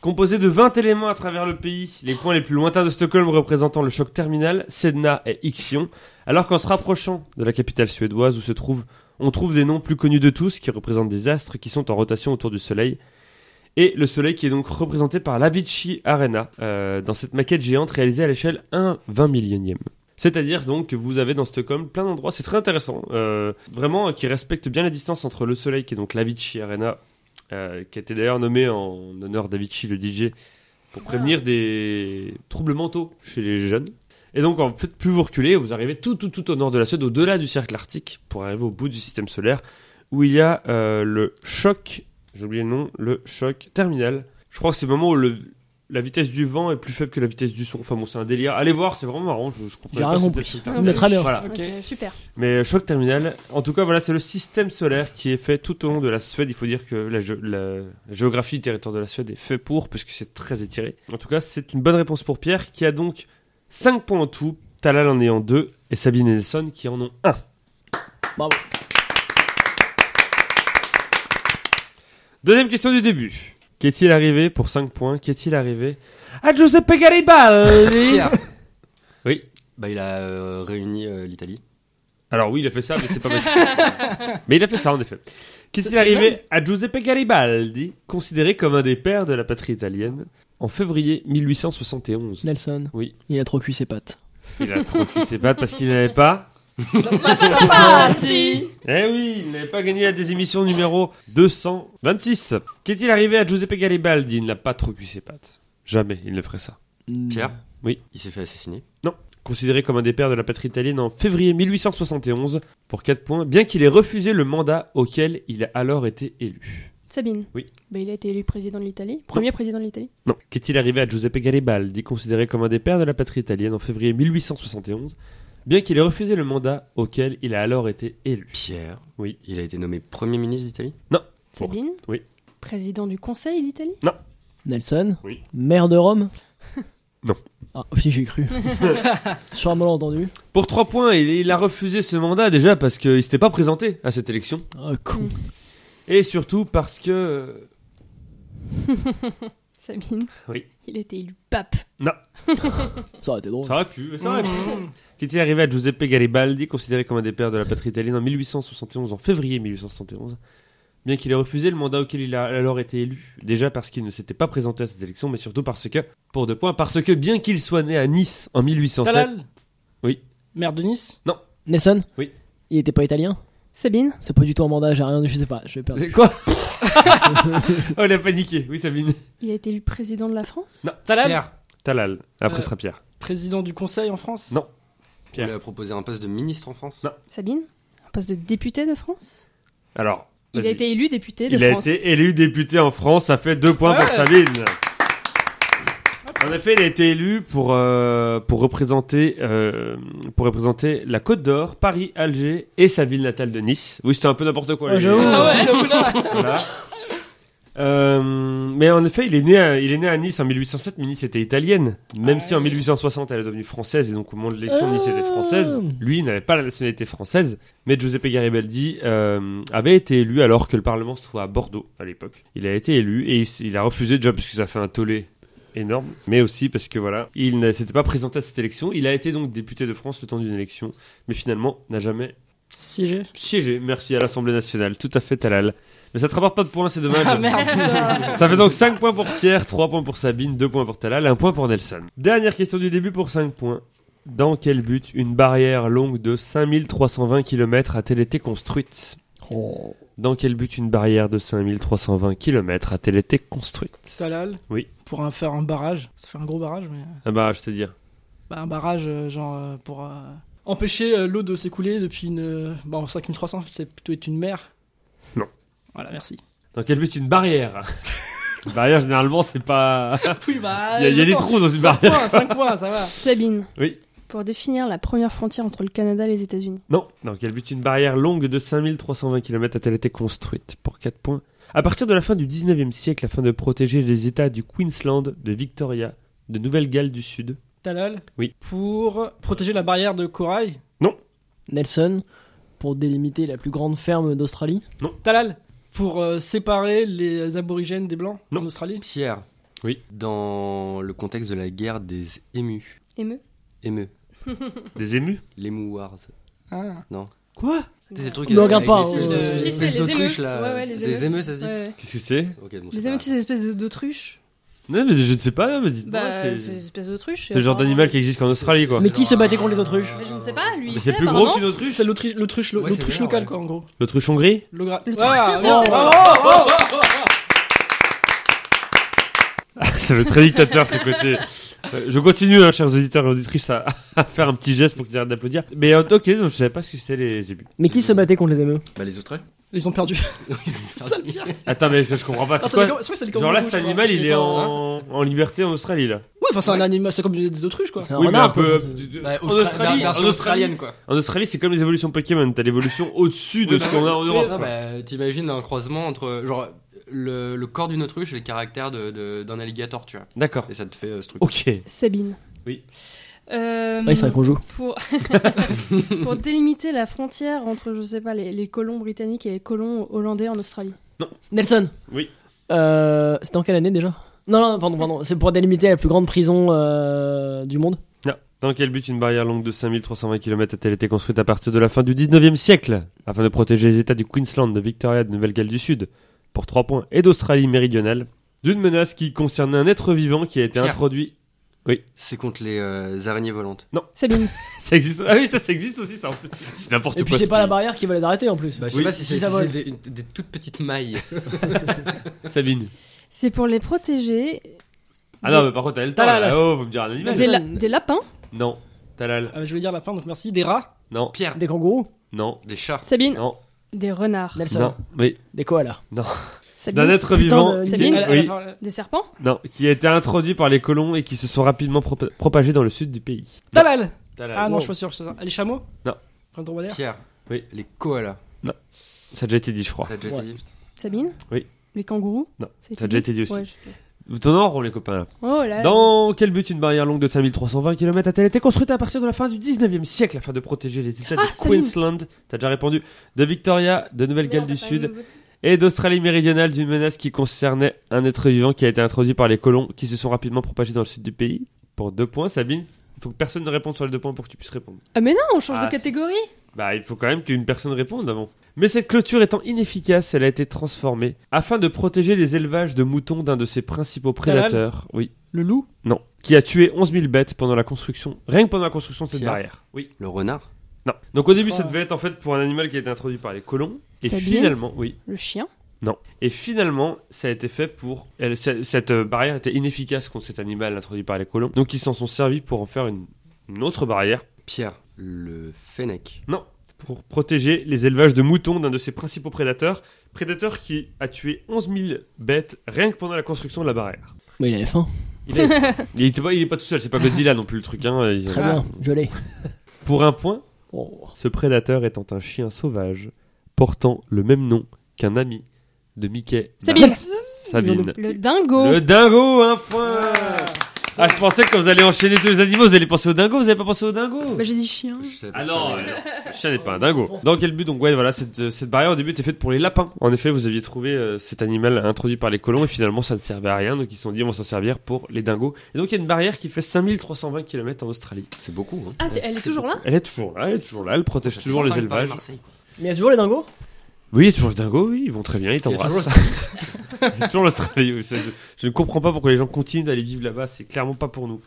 [SPEAKER 1] Composée de 20 éléments à travers le pays, les points les plus lointains de Stockholm représentant le choc terminal, Sedna et Ixion, alors qu'en se rapprochant de la capitale suédoise où se trouve, on trouve des noms plus connus de tous qui représentent des astres qui sont en rotation autour du soleil. Et le soleil qui est donc représenté par l'Avicii Arena euh, dans cette maquette géante réalisée à l'échelle 1 20 millionième. C'est-à-dire donc que vous avez dans Stockholm plein d'endroits, c'est très intéressant, euh, vraiment euh, qui respectent bien la distance entre le soleil qui est donc l'Avicii Arena, euh, qui a été d'ailleurs nommé en honneur d'Avicii le DJ pour prévenir des troubles mentaux chez les jeunes. Et donc en fait plus vous reculez, vous arrivez tout tout tout au nord de la Suède, au-delà du cercle arctique, pour arriver au bout du système solaire, où il y a euh, le choc, j'ai oublié le nom, le choc terminal. Je crois que c'est le moment où le, la vitesse du vent est plus faible que la vitesse du son. Enfin bon, c'est un délire. Allez voir, c'est vraiment marrant. Je, je comprends
[SPEAKER 4] J'ai
[SPEAKER 1] pas
[SPEAKER 4] rien
[SPEAKER 1] cette
[SPEAKER 4] compris.
[SPEAKER 1] petite
[SPEAKER 3] On
[SPEAKER 1] interface.
[SPEAKER 4] mettra bien.
[SPEAKER 1] Voilà.
[SPEAKER 5] Ok.
[SPEAKER 3] C'est super.
[SPEAKER 1] Mais euh, choc terminal. En tout cas, voilà, c'est le système solaire qui est fait tout au long de la Suède. Il faut dire que la, gé- la- la géographie du territoire de la Suède est fait pour, puisque c'est très étiré. En tout cas, c'est une bonne réponse pour Pierre, qui a donc 5 points en tout. Talal en ayant deux et Sabine et Nelson qui en ont un.
[SPEAKER 4] Bravo.
[SPEAKER 1] Deuxième question du début. Qu'est-il arrivé pour 5 points Qu'est-il arrivé à Giuseppe Garibaldi
[SPEAKER 2] Pierre.
[SPEAKER 1] Oui.
[SPEAKER 2] Bah, il a euh, réuni euh, l'Italie.
[SPEAKER 1] Alors oui, il a fait ça, mais c'est pas possible. mais il a fait ça, en effet. Qu'est-il
[SPEAKER 5] C'est
[SPEAKER 1] arrivé à Giuseppe Garibaldi, considéré comme un des pères de la patrie italienne, en février 1871
[SPEAKER 4] Nelson.
[SPEAKER 1] Oui.
[SPEAKER 4] Il a trop cuit ses pattes.
[SPEAKER 1] Il a trop pu ses pattes parce qu'il n'avait pas...
[SPEAKER 5] Parti
[SPEAKER 1] Eh oui, il n'avait pas gagné la désémission numéro 226. Qu'est-il arrivé à Giuseppe Garibaldi Il n'a pas trop cuit ses pattes. Jamais, il ne ferait ça.
[SPEAKER 2] Pierre
[SPEAKER 1] Oui.
[SPEAKER 2] Il s'est fait assassiner.
[SPEAKER 1] Considéré comme un des pères de la patrie italienne en février 1871, pour 4 points, bien qu'il ait refusé le mandat auquel il a alors été élu.
[SPEAKER 3] Sabine.
[SPEAKER 1] Oui.
[SPEAKER 3] Bah, il a été élu président de l'Italie. Premier président de l'Italie.
[SPEAKER 1] Non. Qu'est-il arrivé à Giuseppe Garibaldi, considéré comme un des pères de la patrie italienne en février 1871, bien qu'il ait refusé le mandat auquel il a alors été élu
[SPEAKER 2] Pierre.
[SPEAKER 1] Oui.
[SPEAKER 2] Il a été nommé Premier ministre d'Italie.
[SPEAKER 3] Sabine.
[SPEAKER 1] Oui.
[SPEAKER 3] Président du Conseil d'Italie.
[SPEAKER 4] Nelson
[SPEAKER 1] Oui.
[SPEAKER 4] Maire de Rome
[SPEAKER 1] Non.
[SPEAKER 4] Ah, si j'ai cru. Sûrement entendu.
[SPEAKER 1] Pour 3 points, il, il a refusé ce mandat déjà parce qu'il ne s'était pas présenté à cette élection.
[SPEAKER 4] Ah, con.
[SPEAKER 1] Et surtout parce que... euh,
[SPEAKER 3] Sabine.
[SPEAKER 1] Oui.
[SPEAKER 3] Il a été élu pape.
[SPEAKER 4] Ça aurait été drôle.
[SPEAKER 1] Ça aurait pu, mais ça aurait pu.
[SPEAKER 5] Mmh.
[SPEAKER 1] Qu'est-il arrivé à Giuseppe Garibaldi, considéré comme un des pères de la patrie italienne en 1871, en février 1871 Bien qu'il ait refusé le mandat auquel il a alors été élu, déjà parce qu'il ne s'était pas présenté à cette élection, mais surtout parce que, pour deux points, parce que bien qu'il soit né à Nice en 1807,
[SPEAKER 5] Talal
[SPEAKER 1] Oui.
[SPEAKER 5] Maire de Nice
[SPEAKER 4] Nelson
[SPEAKER 1] Oui.
[SPEAKER 4] Il était pas italien
[SPEAKER 3] Sabine.
[SPEAKER 4] C'est pas du tout un mandat, j'ai rien, je sais pas, je vais perdre.
[SPEAKER 1] C'est quoi Oh, il a paniqué, oui Sabine.
[SPEAKER 3] Il a été élu président de la France.
[SPEAKER 1] Non.
[SPEAKER 5] Talal
[SPEAKER 2] Pierre.
[SPEAKER 1] Talal, après
[SPEAKER 5] Euh.
[SPEAKER 1] ce sera Pierre.
[SPEAKER 5] Président du Conseil en France
[SPEAKER 1] Non.
[SPEAKER 2] Il
[SPEAKER 1] Pierre.
[SPEAKER 2] lui a proposé un poste de ministre en France.
[SPEAKER 1] Non.
[SPEAKER 3] Sabine. Un poste de député de France.
[SPEAKER 1] Alors,
[SPEAKER 3] Il a
[SPEAKER 2] Vas-y.
[SPEAKER 3] été élu député de
[SPEAKER 1] il a
[SPEAKER 3] France.
[SPEAKER 1] été élu député en France, ça fait deux points pour
[SPEAKER 5] Ouais.
[SPEAKER 1] Sabine. En effet, il a été élu pour, euh, pour, représenter, euh, pour représenter la Côte d'Or, Paris, Alger et sa ville natale de Nice. Oui, c'était un peu n'importe quoi.
[SPEAKER 4] Oh,
[SPEAKER 1] les-
[SPEAKER 4] j'avoue.
[SPEAKER 5] Ah ouais, j'avoue là
[SPEAKER 1] Voilà. Euh, mais en effet, il est, né à, il est né à Nice en 1807, mais Nice était italienne. Même
[SPEAKER 5] Ah
[SPEAKER 1] si en 1860, elle est devenue française, et donc au moment de l'élection, Nice était française. Lui, il n'avait pas la nationalité française. Mais Giuseppe Garibaldi euh, avait été élu alors que le Parlement se trouvait à Bordeaux à l'époque. Il a été élu et il, s- il a refusé déjà parce que ça fait un tollé énorme, mais aussi parce que voilà, il ne s'était pas présenté à cette élection. Il a été donc député de France le temps d'une élection, mais finalement n'a jamais
[SPEAKER 5] Si j'ai.
[SPEAKER 1] siégé. Merci à l'Assemblée nationale, tout à fait Talal. Mais ça te rapporte pas de points, c'est dommage.
[SPEAKER 5] Ah merde putain.
[SPEAKER 1] Ça fait donc 5 points pour Pierre, 3 points pour Sabine, 2 points pour Talal, 1 point pour Nelson. Dernière question du début pour 5 points. Dans quel but une barrière longue de 5320 km a-t-elle été construite
[SPEAKER 4] Oh.
[SPEAKER 1] Dans quel but une barrière de 5320 km a-t-elle été construite
[SPEAKER 5] Talal
[SPEAKER 1] Oui.
[SPEAKER 5] Pour un- faire un barrage. Ça fait un gros barrage, mais. euh,
[SPEAKER 1] Un barrage, c'est-à-dire
[SPEAKER 5] Bah, un barrage, euh, genre, euh, pour euh, empêcher euh, l'eau de s'écouler depuis une. euh, Bah, en 5300, c'est plutôt être une mer.
[SPEAKER 1] Non.
[SPEAKER 5] Voilà, merci.
[SPEAKER 1] Dans quel but une barrière Une barrière, généralement, c'est pas...
[SPEAKER 5] Oui, bah.
[SPEAKER 1] Il y a, il y a des
[SPEAKER 5] j'attends.
[SPEAKER 1] trous dans une
[SPEAKER 5] 5
[SPEAKER 1] barrière.
[SPEAKER 5] points, 5 points, ça va.
[SPEAKER 3] Sabine.
[SPEAKER 1] Oui.
[SPEAKER 3] Pour définir la première frontière entre le Canada et les États-Unis.
[SPEAKER 1] Non, dans quel but une barrière longue de 5320 km a-t-elle été construite Pour 4 points. À partir de la fin du 19e siècle, afin de protéger les États du Queensland, de Victoria, de Nouvelle-Galles du Sud.
[SPEAKER 5] Talal
[SPEAKER 1] Oui.
[SPEAKER 5] Pour euh, protéger la barrière de corail.
[SPEAKER 4] Nelson, pour délimiter la plus grande ferme d'Australie
[SPEAKER 5] Talal Pour euh, séparer les aborigènes des blancs
[SPEAKER 1] Non.
[SPEAKER 5] en Australie.
[SPEAKER 2] Pierre.
[SPEAKER 1] Oui.
[SPEAKER 2] Dans le contexte de la guerre des émus.
[SPEAKER 3] Émeu.
[SPEAKER 2] Émeux.
[SPEAKER 1] Des émus
[SPEAKER 2] Les Emu Wars.
[SPEAKER 5] Ah.
[SPEAKER 4] Quoi
[SPEAKER 2] C'est ces trucs.
[SPEAKER 4] Ne regarde pas,
[SPEAKER 2] avec les
[SPEAKER 5] euh,
[SPEAKER 2] espèces d'espèces
[SPEAKER 3] hein,
[SPEAKER 5] si,
[SPEAKER 3] c'est les
[SPEAKER 2] d'autruches,
[SPEAKER 3] émeux.
[SPEAKER 2] là.
[SPEAKER 3] Ouais, ouais, les
[SPEAKER 2] les
[SPEAKER 3] émeux.
[SPEAKER 2] émeux, ça se dit.
[SPEAKER 3] Ouais, ouais.
[SPEAKER 1] Qu'est-ce que c'est
[SPEAKER 2] Ok, bon, c'est
[SPEAKER 3] Les
[SPEAKER 2] pas
[SPEAKER 3] Émeux,
[SPEAKER 2] grave.
[SPEAKER 3] c'est des espèces d'autruches.
[SPEAKER 1] Non, mais je ne sais pas, mais dites-moi.
[SPEAKER 3] Bah,
[SPEAKER 1] c'est-
[SPEAKER 3] c'est des espèces d'autruches.
[SPEAKER 1] c'est le genre d'animal qui existe qu'en Australie, quoi.
[SPEAKER 4] Mais qui se battait contre les autruches
[SPEAKER 3] Mais je ne sais pas, lui.
[SPEAKER 1] Mais
[SPEAKER 3] il
[SPEAKER 1] c'est
[SPEAKER 3] sait,
[SPEAKER 1] plus gros
[SPEAKER 3] apparemment.
[SPEAKER 1] qu'une autruche.
[SPEAKER 5] C'est l'autruche l'autruche-
[SPEAKER 2] Ouais, c'est
[SPEAKER 5] l'autruche
[SPEAKER 2] bien,
[SPEAKER 5] locale,
[SPEAKER 2] ouais.
[SPEAKER 5] quoi, en gros.
[SPEAKER 1] L'autruche hongrie
[SPEAKER 5] Le gra-
[SPEAKER 3] L'autruche-
[SPEAKER 5] Ah,
[SPEAKER 4] Oh,
[SPEAKER 5] bien, bravo.
[SPEAKER 1] C'est le très dictateur, ce côté. Euh, Je continue, hein, chers auditeurs et auditrices, à, à faire un petit geste pour qu'ils arrêtent d'applaudir. Mais euh, ok, donc, je ne savais pas ce que c'était les émus.
[SPEAKER 4] Mais qui se battait contre les émeux
[SPEAKER 2] Bah, les autruches.
[SPEAKER 5] Ils ont perdu.
[SPEAKER 2] Ils ont
[SPEAKER 5] C'est
[SPEAKER 2] perdu.
[SPEAKER 5] ça le pire.
[SPEAKER 1] Attends, mais je comprends pas.
[SPEAKER 5] Ah,
[SPEAKER 1] C'est
[SPEAKER 5] ça
[SPEAKER 1] quoi
[SPEAKER 5] dépend- c'est vrai, ça dépend
[SPEAKER 1] Genre là,
[SPEAKER 5] beaucoup,
[SPEAKER 1] cet
[SPEAKER 5] je crois.
[SPEAKER 1] animal, il est
[SPEAKER 5] Ouais,
[SPEAKER 1] en, en liberté en Australie, là.
[SPEAKER 5] enfin, c'est un animal, c'est comme des autruches, quoi.
[SPEAKER 4] C'est un
[SPEAKER 1] oui, mais
[SPEAKER 4] renard,
[SPEAKER 1] un peu.
[SPEAKER 4] quoi.
[SPEAKER 1] euh,
[SPEAKER 2] Bah,
[SPEAKER 1] en
[SPEAKER 2] Austra-
[SPEAKER 1] Australie,
[SPEAKER 2] version
[SPEAKER 1] en Australie,
[SPEAKER 2] australienne, quoi.
[SPEAKER 1] en Australie, c'est comme les évolutions Pokémon. T'as l'évolution au-dessus de
[SPEAKER 2] Oui,
[SPEAKER 1] ce
[SPEAKER 2] bah,
[SPEAKER 1] qu'on a en
[SPEAKER 2] oui,
[SPEAKER 1] Europe.
[SPEAKER 2] non,
[SPEAKER 1] quoi.
[SPEAKER 2] bah, T'imagines un croisement entre genre le, le corps d'une autruche et le caractère de- de- d'un alligator, tu vois.
[SPEAKER 1] D'accord.
[SPEAKER 2] Et ça te fait euh, ce truc.
[SPEAKER 1] Ok.
[SPEAKER 3] Sabine.
[SPEAKER 1] Oui.
[SPEAKER 3] Euh,
[SPEAKER 4] Ouais, c'est vrai qu'on joue.
[SPEAKER 3] pour... pour délimiter la frontière entre, je sais pas, les, les colons britanniques et les colons hollandais en Australie.
[SPEAKER 4] Nelson
[SPEAKER 1] Oui.
[SPEAKER 4] Euh, C'était en quelle année déjà Non, non, pardon, pardon. C'est pour délimiter la plus grande prison euh, du monde.
[SPEAKER 1] Non. Dans quel but une barrière longue de 5320 km a-t-elle été construite à partir de la fin du 19e siècle afin de protéger les États du Queensland, de Victoria, de Nouvelle-Galles du Sud, pour 3 points, et d'Australie méridionale, d'une menace qui concernait un être vivant qui a été
[SPEAKER 2] Pierre.
[SPEAKER 1] introduit.
[SPEAKER 2] C'est contre les euh, araignées volantes.
[SPEAKER 3] Sabine.
[SPEAKER 1] Ça existe Ah oui, ça, ça existe aussi, ça en fait. C'est n'importe quoi.
[SPEAKER 4] Et puis c'est
[SPEAKER 1] ce
[SPEAKER 4] pas
[SPEAKER 1] pays.
[SPEAKER 4] la barrière qui va les arrêter en plus.
[SPEAKER 2] Bah, je sais
[SPEAKER 1] Oui,
[SPEAKER 2] pas si
[SPEAKER 4] si
[SPEAKER 2] c'est
[SPEAKER 4] ça
[SPEAKER 2] si
[SPEAKER 4] vole.
[SPEAKER 2] c'est des, une- des toutes petites mailles.
[SPEAKER 1] Sabine.
[SPEAKER 3] C'est pour les protéger
[SPEAKER 1] Ah non, mais par contre, t'as le temps.
[SPEAKER 4] Talal.
[SPEAKER 1] Là. Oh, faut me dire un animal.
[SPEAKER 3] des,
[SPEAKER 4] ça-
[SPEAKER 3] la- des lapins.
[SPEAKER 1] Non. Talal.
[SPEAKER 5] Ah, je vais dire la fin, donc merci. Des rats
[SPEAKER 1] Non.
[SPEAKER 2] Pierre,
[SPEAKER 4] Des kangourous
[SPEAKER 1] Non.
[SPEAKER 2] des chats.
[SPEAKER 3] Sabine.
[SPEAKER 1] Non.
[SPEAKER 3] Des renards.
[SPEAKER 4] Nelson
[SPEAKER 1] Non. Oui.
[SPEAKER 4] Des koalas
[SPEAKER 3] Sabine.
[SPEAKER 1] D'un être
[SPEAKER 4] Putain,
[SPEAKER 1] vivant.
[SPEAKER 4] de-
[SPEAKER 1] qui-
[SPEAKER 3] Sabine.
[SPEAKER 5] À la- à la
[SPEAKER 1] Oui.
[SPEAKER 5] fin, là.
[SPEAKER 3] Des serpents.
[SPEAKER 1] Non. Qui a été introduit par les colons et qui se sont rapidement propa- propagés dans le sud du pays. Oh.
[SPEAKER 5] Talal
[SPEAKER 1] Talal.
[SPEAKER 5] Ah non,
[SPEAKER 1] Wow.
[SPEAKER 5] je suis pas sûr. je suis pas sûr. Les chameaux
[SPEAKER 1] Non.
[SPEAKER 5] Plein de dromadaires
[SPEAKER 2] Pierre.
[SPEAKER 1] Oui. Oh,
[SPEAKER 2] Les koalas.
[SPEAKER 1] Ça a déjà été dit, je crois.
[SPEAKER 2] Ça a déjà
[SPEAKER 4] Ouais.
[SPEAKER 2] été dit.
[SPEAKER 3] Sabine
[SPEAKER 1] Oui.
[SPEAKER 3] Les kangourous
[SPEAKER 1] Non,
[SPEAKER 3] a
[SPEAKER 1] ça a déjà été dit aussi.
[SPEAKER 3] Ouais, je-
[SPEAKER 1] Vous tournez en rond, les copains. là.
[SPEAKER 3] Oh là là.
[SPEAKER 1] Dans quel but une barrière longue de 5320 km a-t-elle été construite à partir de la fin du 19e siècle afin de protéger les États
[SPEAKER 3] Ah,
[SPEAKER 1] du
[SPEAKER 3] Sabine.
[SPEAKER 1] Queensland T'as déjà répondu. De Victoria, de Nouvelle-Galles du Sud et d'Australie méridionale d'une menace qui concernait un être vivant qui a été introduit par les colons qui se sont rapidement propagés dans le sud du pays. Pour deux points, Sabine, il faut que personne ne réponde sur les deux points pour que tu puisses répondre.
[SPEAKER 3] Ah mais non, on change
[SPEAKER 1] Ah,
[SPEAKER 3] de catégorie.
[SPEAKER 1] Bah, il faut quand même qu'une personne réponde avant. Mais cette clôture étant inefficace, elle a été transformée afin de protéger les élevages de moutons d'un de ses principaux prédateurs. Oui.
[SPEAKER 5] Le loup
[SPEAKER 1] Non. Qui a tué 11 000 bêtes pendant la construction, rien que pendant la construction de cette
[SPEAKER 2] Pierre.
[SPEAKER 1] barrière. Oui.
[SPEAKER 2] Le renard.
[SPEAKER 1] Non. Donc au début,
[SPEAKER 4] Oh.
[SPEAKER 1] ça devait être en fait pour un animal qui a été introduit par les colons. Et
[SPEAKER 3] Sabine.
[SPEAKER 1] finalement, oui.
[SPEAKER 3] Le chien.
[SPEAKER 1] Non. Et finalement, ça a été fait pour. elle- c- cette euh, barrière était inefficace contre cet animal introduit par les colons. Donc ils s'en sont servis pour en faire une, une autre barrière
[SPEAKER 2] Pierre. Le fennec.
[SPEAKER 1] pour protéger les élevages de moutons d'un de ses principaux prédateurs. Prédateur qui a tué 11 000 bêtes rien que pendant la construction de la barrière.
[SPEAKER 4] Mais il avait faim.
[SPEAKER 1] Il, a- il était pas, il est pas tout seul, c'est pas Godzilla non plus le truc. hein, ils-
[SPEAKER 4] Très bien, je l'ai.
[SPEAKER 1] Pour un point,
[SPEAKER 4] Oh.
[SPEAKER 1] ce prédateur étant un chien sauvage portant le même nom qu'un ami de Mickey.
[SPEAKER 3] Sabine.
[SPEAKER 1] Sabine.
[SPEAKER 3] Le dingo.
[SPEAKER 1] Le dingo, un point
[SPEAKER 5] Ah.
[SPEAKER 1] Ah, je pensais que quand vous allez enchaîner tous les animaux, vous allez penser au dingo, vous avez pas pensé au dingo
[SPEAKER 3] Bah, j'ai dit chien.
[SPEAKER 2] Je sais pas
[SPEAKER 1] Ah
[SPEAKER 2] si
[SPEAKER 1] non,
[SPEAKER 2] t'avais-
[SPEAKER 1] euh, le chien n'est pas un dingo. Dans quel but Donc, ouais, voilà, cette, cette barrière au début était faite pour les lapins. En effet, vous aviez trouvé euh, cet animal introduit par les colons et finalement ça ne servait à rien, donc ils se sont dit on va s'en servir pour les dingos. Et donc, il y a une barrière qui fait 5320 km en Australie.
[SPEAKER 2] C'est beaucoup. Hein.
[SPEAKER 3] Ah, c'est- elle est toujours là
[SPEAKER 1] Elle est toujours là, elle est toujours là, elle protège
[SPEAKER 2] Ça fait
[SPEAKER 1] toujours les
[SPEAKER 2] cinq par
[SPEAKER 1] élevages.
[SPEAKER 2] Marseille.
[SPEAKER 4] Mais il y a toujours les dingos
[SPEAKER 1] Oui, il y a toujours les dingos, oui, ils vont très bien, ils
[SPEAKER 2] Il y a
[SPEAKER 1] t'embrassent. Il y a toujours l'Australie. oui, ça, Je, je ne comprends pas pourquoi les gens continuent d'aller vivre là-bas. C'est clairement pas pour nous.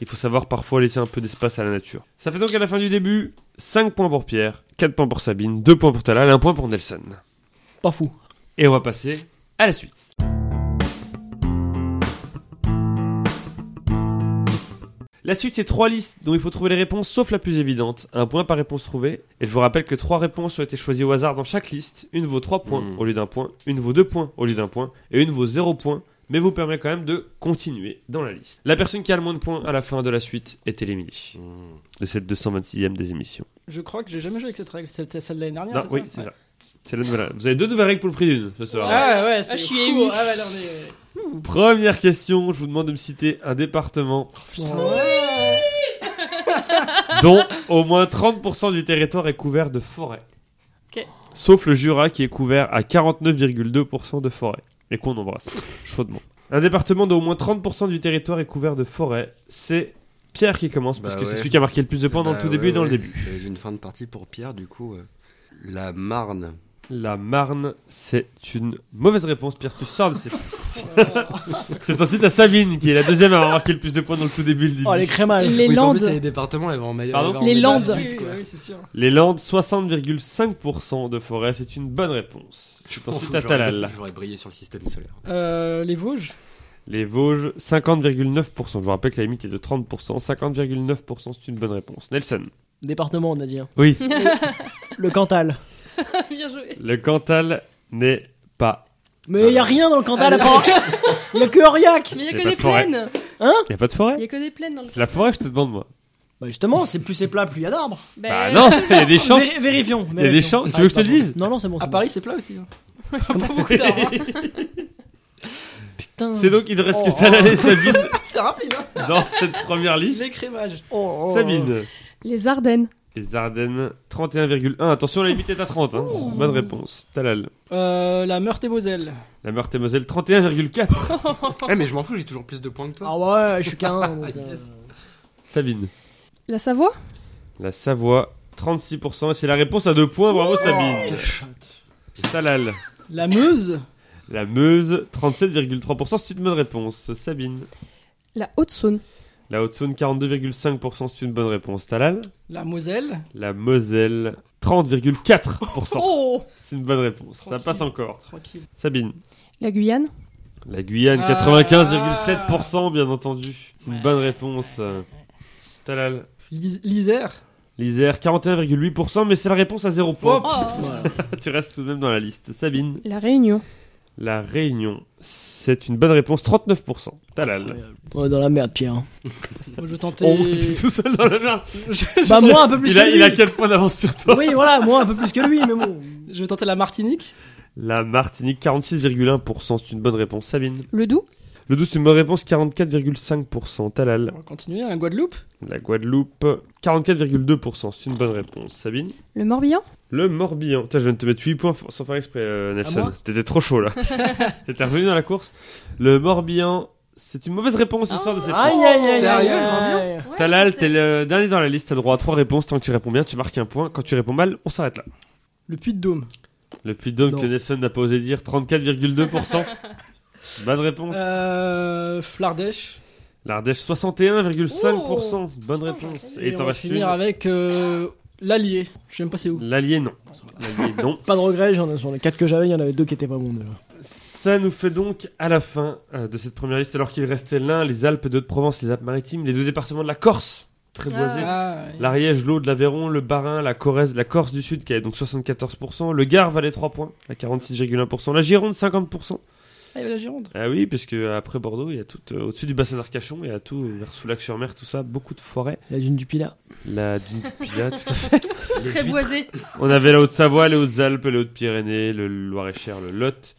[SPEAKER 1] Il faut savoir parfois laisser un peu d'espace à la nature. Ça fait donc à la fin du début 5 points pour Pierre, 4 points pour Sabine, 2 points pour Talal, 1 point pour Nelson.
[SPEAKER 4] Pas fou.
[SPEAKER 1] Et on va passer à la suite. La suite, c'est trois listes dont il faut trouver les réponses, sauf la plus évidente. Un point par réponse trouvée. Et je vous rappelle que trois réponses ont été choisies au hasard dans chaque liste. Une vaut 3 points
[SPEAKER 2] Mm.
[SPEAKER 5] Hmm.
[SPEAKER 1] au lieu d'un point, une vaut 2 points au lieu d'un point, et une vaut 0 points, mais vous permet quand même de continuer dans la liste. La personne qui a le moins de points à la fin de la suite est éliminée
[SPEAKER 2] Mmh.
[SPEAKER 1] de cette 226e des émissions.
[SPEAKER 5] Je crois que j'ai jamais joué avec cette règle. C'était celle de l'année dernière,
[SPEAKER 1] Non,
[SPEAKER 5] Ah, c'est
[SPEAKER 1] oui,
[SPEAKER 5] ça
[SPEAKER 1] c'est ça. C'est la nouvelle règle. Vous avez deux nouvelles règles pour le prix d'une ce soir.
[SPEAKER 5] Ah ouais, c'est
[SPEAKER 3] Ah, je suis
[SPEAKER 5] cool.
[SPEAKER 3] émue.
[SPEAKER 5] Ah ouais, là, on est...
[SPEAKER 1] Première question, je vous demande de me citer un département
[SPEAKER 5] Ouais.
[SPEAKER 1] dont au moins 30% du territoire est couvert de forêts.
[SPEAKER 3] Ok.
[SPEAKER 1] Sauf le Jura qui est couvert à 49,2% de forêts et qu'on embrasse chaudement. Un département dont au moins 30% du territoire est couvert de forêts, c'est Pierre qui commence parce
[SPEAKER 2] Bah
[SPEAKER 1] que
[SPEAKER 2] ouais.
[SPEAKER 1] c'est celui qui a marqué le plus de points dans
[SPEAKER 2] Bah,
[SPEAKER 1] le tout début
[SPEAKER 2] ouais,
[SPEAKER 1] et dans le
[SPEAKER 2] ouais.
[SPEAKER 1] début.
[SPEAKER 2] J'avais vu une fin de partie pour Pierre, du coup. euh, La Marne.
[SPEAKER 1] La Marne, c'est une mauvaise réponse. Pierre, tu sors de ces pistes. c'est ensuite à Sabine qui est la deuxième à avoir marqué le plus de points dans le tout début et le début.
[SPEAKER 4] Oh, les crémages.
[SPEAKER 3] Les
[SPEAKER 2] oui,
[SPEAKER 3] Landes.
[SPEAKER 2] Pour les départements, elles vont en meilleur.
[SPEAKER 1] Pardon
[SPEAKER 2] elles vont en
[SPEAKER 3] Les
[SPEAKER 2] meilleur.
[SPEAKER 3] Landes.
[SPEAKER 5] Oui, oui, oui, c'est sûr.
[SPEAKER 1] Les Landes, 60,5% de forêt, c'est une bonne réponse.
[SPEAKER 2] Je
[SPEAKER 1] C'est ensuite
[SPEAKER 2] m'en
[SPEAKER 1] à
[SPEAKER 2] fous, j'aurais-
[SPEAKER 1] Talal.
[SPEAKER 2] J'aurais brillé sur le système solaire.
[SPEAKER 5] Euh, les Vosges
[SPEAKER 1] Les Vosges, 50,9%. Je vous rappelle que la limite est de 30%. 50,9%, c'est une bonne réponse. Nelson.
[SPEAKER 4] Département, on a dit. hein.
[SPEAKER 1] Oui.
[SPEAKER 4] Le Cantal.
[SPEAKER 3] Bien joué.
[SPEAKER 1] Le Cantal n'est pas. Ah
[SPEAKER 4] Mais il y a rien dans le Cantal à
[SPEAKER 5] Ah,
[SPEAKER 4] part. Il y a que Aurillac.
[SPEAKER 3] Mais il y a
[SPEAKER 1] Il y a
[SPEAKER 3] que
[SPEAKER 1] pas
[SPEAKER 3] des
[SPEAKER 1] de forêt.
[SPEAKER 3] plaines.
[SPEAKER 1] Il n'y a pas de
[SPEAKER 3] Il
[SPEAKER 1] forêt
[SPEAKER 3] y a que des plaines dans le.
[SPEAKER 1] C'est la forêt que je te demande, moi.
[SPEAKER 4] Bah justement, c'est plus c'est plat, plus il y a d'arbres.
[SPEAKER 3] Ben-
[SPEAKER 1] Bah non, il y a des champs.
[SPEAKER 4] Véri- Vérifions.
[SPEAKER 1] Il y a des champs. Tu veux que je te le dise
[SPEAKER 4] Non, non, c'est bon.
[SPEAKER 5] À
[SPEAKER 4] c'est
[SPEAKER 5] Paris, c'est plat aussi. hein.
[SPEAKER 4] bon. Putain.
[SPEAKER 1] C'est donc, il ne reste que
[SPEAKER 4] Oh.
[SPEAKER 1] Talal et Sabine
[SPEAKER 5] C'était rapide, hein
[SPEAKER 1] dans cette première liste.
[SPEAKER 5] L'écrémage.
[SPEAKER 4] Oh,
[SPEAKER 1] Sabine,
[SPEAKER 3] Les Ardennes.
[SPEAKER 1] les Ardennes, 31,1. Attention, la limite est à 30. hein. Bonne réponse. Talal,
[SPEAKER 5] Euh, la Meurthe et Moselle.
[SPEAKER 1] la Meurthe et Moselle, 31,4.
[SPEAKER 2] Eh, mais je m'en fous, j'ai toujours plus de points que toi.
[SPEAKER 4] Ah ouais, je suis qu'un.
[SPEAKER 1] Ah,
[SPEAKER 4] donc, euh,
[SPEAKER 2] Yes.
[SPEAKER 1] Sabine,
[SPEAKER 3] La Savoie
[SPEAKER 1] la Savoie, 36%. Et c'est la réponse à deux points. Bravo, Sabine. Talal,
[SPEAKER 5] La Meuse.
[SPEAKER 1] la Meuse, 37,3%. C'est une bonne réponse. Sabine,
[SPEAKER 3] La Haute-Saône.
[SPEAKER 1] la Haute-Saône, 42,5%. C'est une bonne réponse. Talal,
[SPEAKER 5] La Moselle.
[SPEAKER 1] la Moselle, 30,4%.
[SPEAKER 3] Oh
[SPEAKER 1] C'est une bonne réponse. Ça
[SPEAKER 5] Tranquille.
[SPEAKER 1] passe encore.
[SPEAKER 5] Tranquille.
[SPEAKER 1] Sabine.
[SPEAKER 3] La Guyane.
[SPEAKER 1] La Guyane,
[SPEAKER 5] Ah.
[SPEAKER 1] 95,7%, bien entendu. C'est une
[SPEAKER 5] Ouais.
[SPEAKER 1] bonne réponse. Talal.
[SPEAKER 5] L'Is- L'Isère.
[SPEAKER 1] L'Isère, 41,8%, mais c'est la réponse à 0 points.
[SPEAKER 5] Oh. Voilà.
[SPEAKER 1] tu restes tout de même dans la liste. Sabine.
[SPEAKER 3] La Réunion.
[SPEAKER 1] La Réunion, c'est une bonne réponse, 39%. Talal.
[SPEAKER 4] euh. ouais, dans la merde, Pierre.
[SPEAKER 5] Moi, je tentais.
[SPEAKER 1] Oh, t'es tout seul dans la merde.
[SPEAKER 4] Bah, moi un peu plus
[SPEAKER 1] Il a,
[SPEAKER 4] que lui.
[SPEAKER 1] il a 4 points d'avance sur toi.
[SPEAKER 4] Oui, voilà, moi un peu plus que lui, mais bon.
[SPEAKER 5] Je vais tenter la Martinique.
[SPEAKER 1] La Martinique, 46,1%, c'est une bonne réponse. Sabine.
[SPEAKER 3] Le Doubs.
[SPEAKER 1] Le 12, c'est une bonne réponse, 44,5%. Talal.
[SPEAKER 5] On va continuer. La Guadeloupe.
[SPEAKER 1] La Guadeloupe, 44,2%, c'est une bonne réponse. Sabine.
[SPEAKER 3] Le Morbihan.
[SPEAKER 1] Le Morbihan. Putain, je viens de te mettre 8 points f- sans faire exprès, euh,
[SPEAKER 4] Ah
[SPEAKER 1] Nelson.
[SPEAKER 5] moi
[SPEAKER 1] T'étais trop chaud là. T'étais revenu dans la course. Le Morbihan, c'est une mauvaise réponse
[SPEAKER 4] Ah
[SPEAKER 1] l'histoire de cette course.
[SPEAKER 4] Aïe, aïe, aïe,
[SPEAKER 5] Sérieux,
[SPEAKER 4] aïe,
[SPEAKER 5] vraiment
[SPEAKER 4] aïe.
[SPEAKER 1] Talal, t'es le dernier dans la liste, t'as le droit à 3 réponses. Tant que tu réponds bien, tu marques un point. Quand tu réponds mal, on s'arrête là.
[SPEAKER 5] Le Puy-de-Dôme.
[SPEAKER 1] Le puits de dôme
[SPEAKER 4] Non.
[SPEAKER 1] que Nelson n'a pas osé dire, 34,2%. Bonne réponse.
[SPEAKER 5] Euh, L'Ardèche.
[SPEAKER 1] L'Ardèche, 61,5%. Bonne
[SPEAKER 3] Putain,
[SPEAKER 1] réponse.
[SPEAKER 3] j'en
[SPEAKER 1] Et
[SPEAKER 5] Et on
[SPEAKER 1] t'en
[SPEAKER 5] va
[SPEAKER 1] restes une.
[SPEAKER 5] finir avec euh, l'Allier. Je sais même pas c'est où.
[SPEAKER 1] L'Allier, non. L'Allier, non.
[SPEAKER 4] Pas de regret, j'en ai- sur les 4 que j'avais, il y en avait 2 qui étaient pas bons déjà.
[SPEAKER 1] Ça nous fait donc à la fin euh, de cette première liste, alors qu'il restait l'un, les Alpes, deux de Provence, les Alpes-Maritimes, les deux départements de la Corse, très boisés,
[SPEAKER 5] Ah, ouais.
[SPEAKER 1] l'Ariège, l'Aude, l'Aveyron, le Bas-Rhin, la Corrèze, la Corse du Sud qui est donc 74%, le Gard valait 3 points à 46,1%, la Gironde 50%.
[SPEAKER 5] Ah, il y a la Gironde.
[SPEAKER 1] Ah oui, puisque après Bordeaux, il y a tout euh, au-dessus du bassin d'Arcachon, il y a tout euh, vers Soulac-sur-Mer, tout ça, beaucoup de forêts.
[SPEAKER 4] La dune du Pilat.
[SPEAKER 1] La dune du Pilat, tout à fait.
[SPEAKER 3] Très boisé.
[SPEAKER 1] On avait la Haute-Savoie, les Hautes-Alpes, les Hautes-Pyrénées, le Loir-et-Cher, le Lot,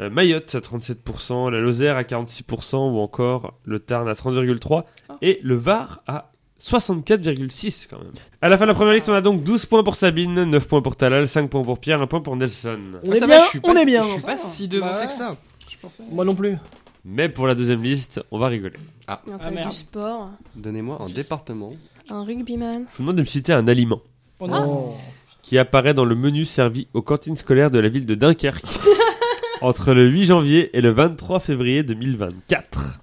[SPEAKER 1] euh, Mayotte à 37%, la Lozère à 46% ou encore le Tarn à 30,3% et le Var à 64,6 quand même. À la fin de la première liste, on a donc 12 points pour Sabine, 9 points pour Talal, 5 points pour Pierre, 1 point pour Nelson.
[SPEAKER 4] On
[SPEAKER 2] Ah,
[SPEAKER 4] est
[SPEAKER 2] ça
[SPEAKER 4] bien,
[SPEAKER 2] va, je suis pas-
[SPEAKER 4] on est bien.
[SPEAKER 2] Je suis pas si devancé
[SPEAKER 5] Bah ouais.
[SPEAKER 2] que ça.
[SPEAKER 5] Je pensais.
[SPEAKER 4] Moi non plus.
[SPEAKER 1] Mais pour la deuxième liste, on va rigoler.
[SPEAKER 3] Non,
[SPEAKER 5] Ah,
[SPEAKER 3] ça va être
[SPEAKER 5] merde.
[SPEAKER 3] du sport.
[SPEAKER 2] Donnez-moi un département.
[SPEAKER 3] Un rugbyman.
[SPEAKER 1] Je vous demande de me citer un aliment
[SPEAKER 5] Oh,
[SPEAKER 4] Ah.
[SPEAKER 5] non.
[SPEAKER 1] qui apparaît dans le menu servi aux cantines scolaires de la ville de Dunkerque entre le 8 janvier et le 23 février 2024.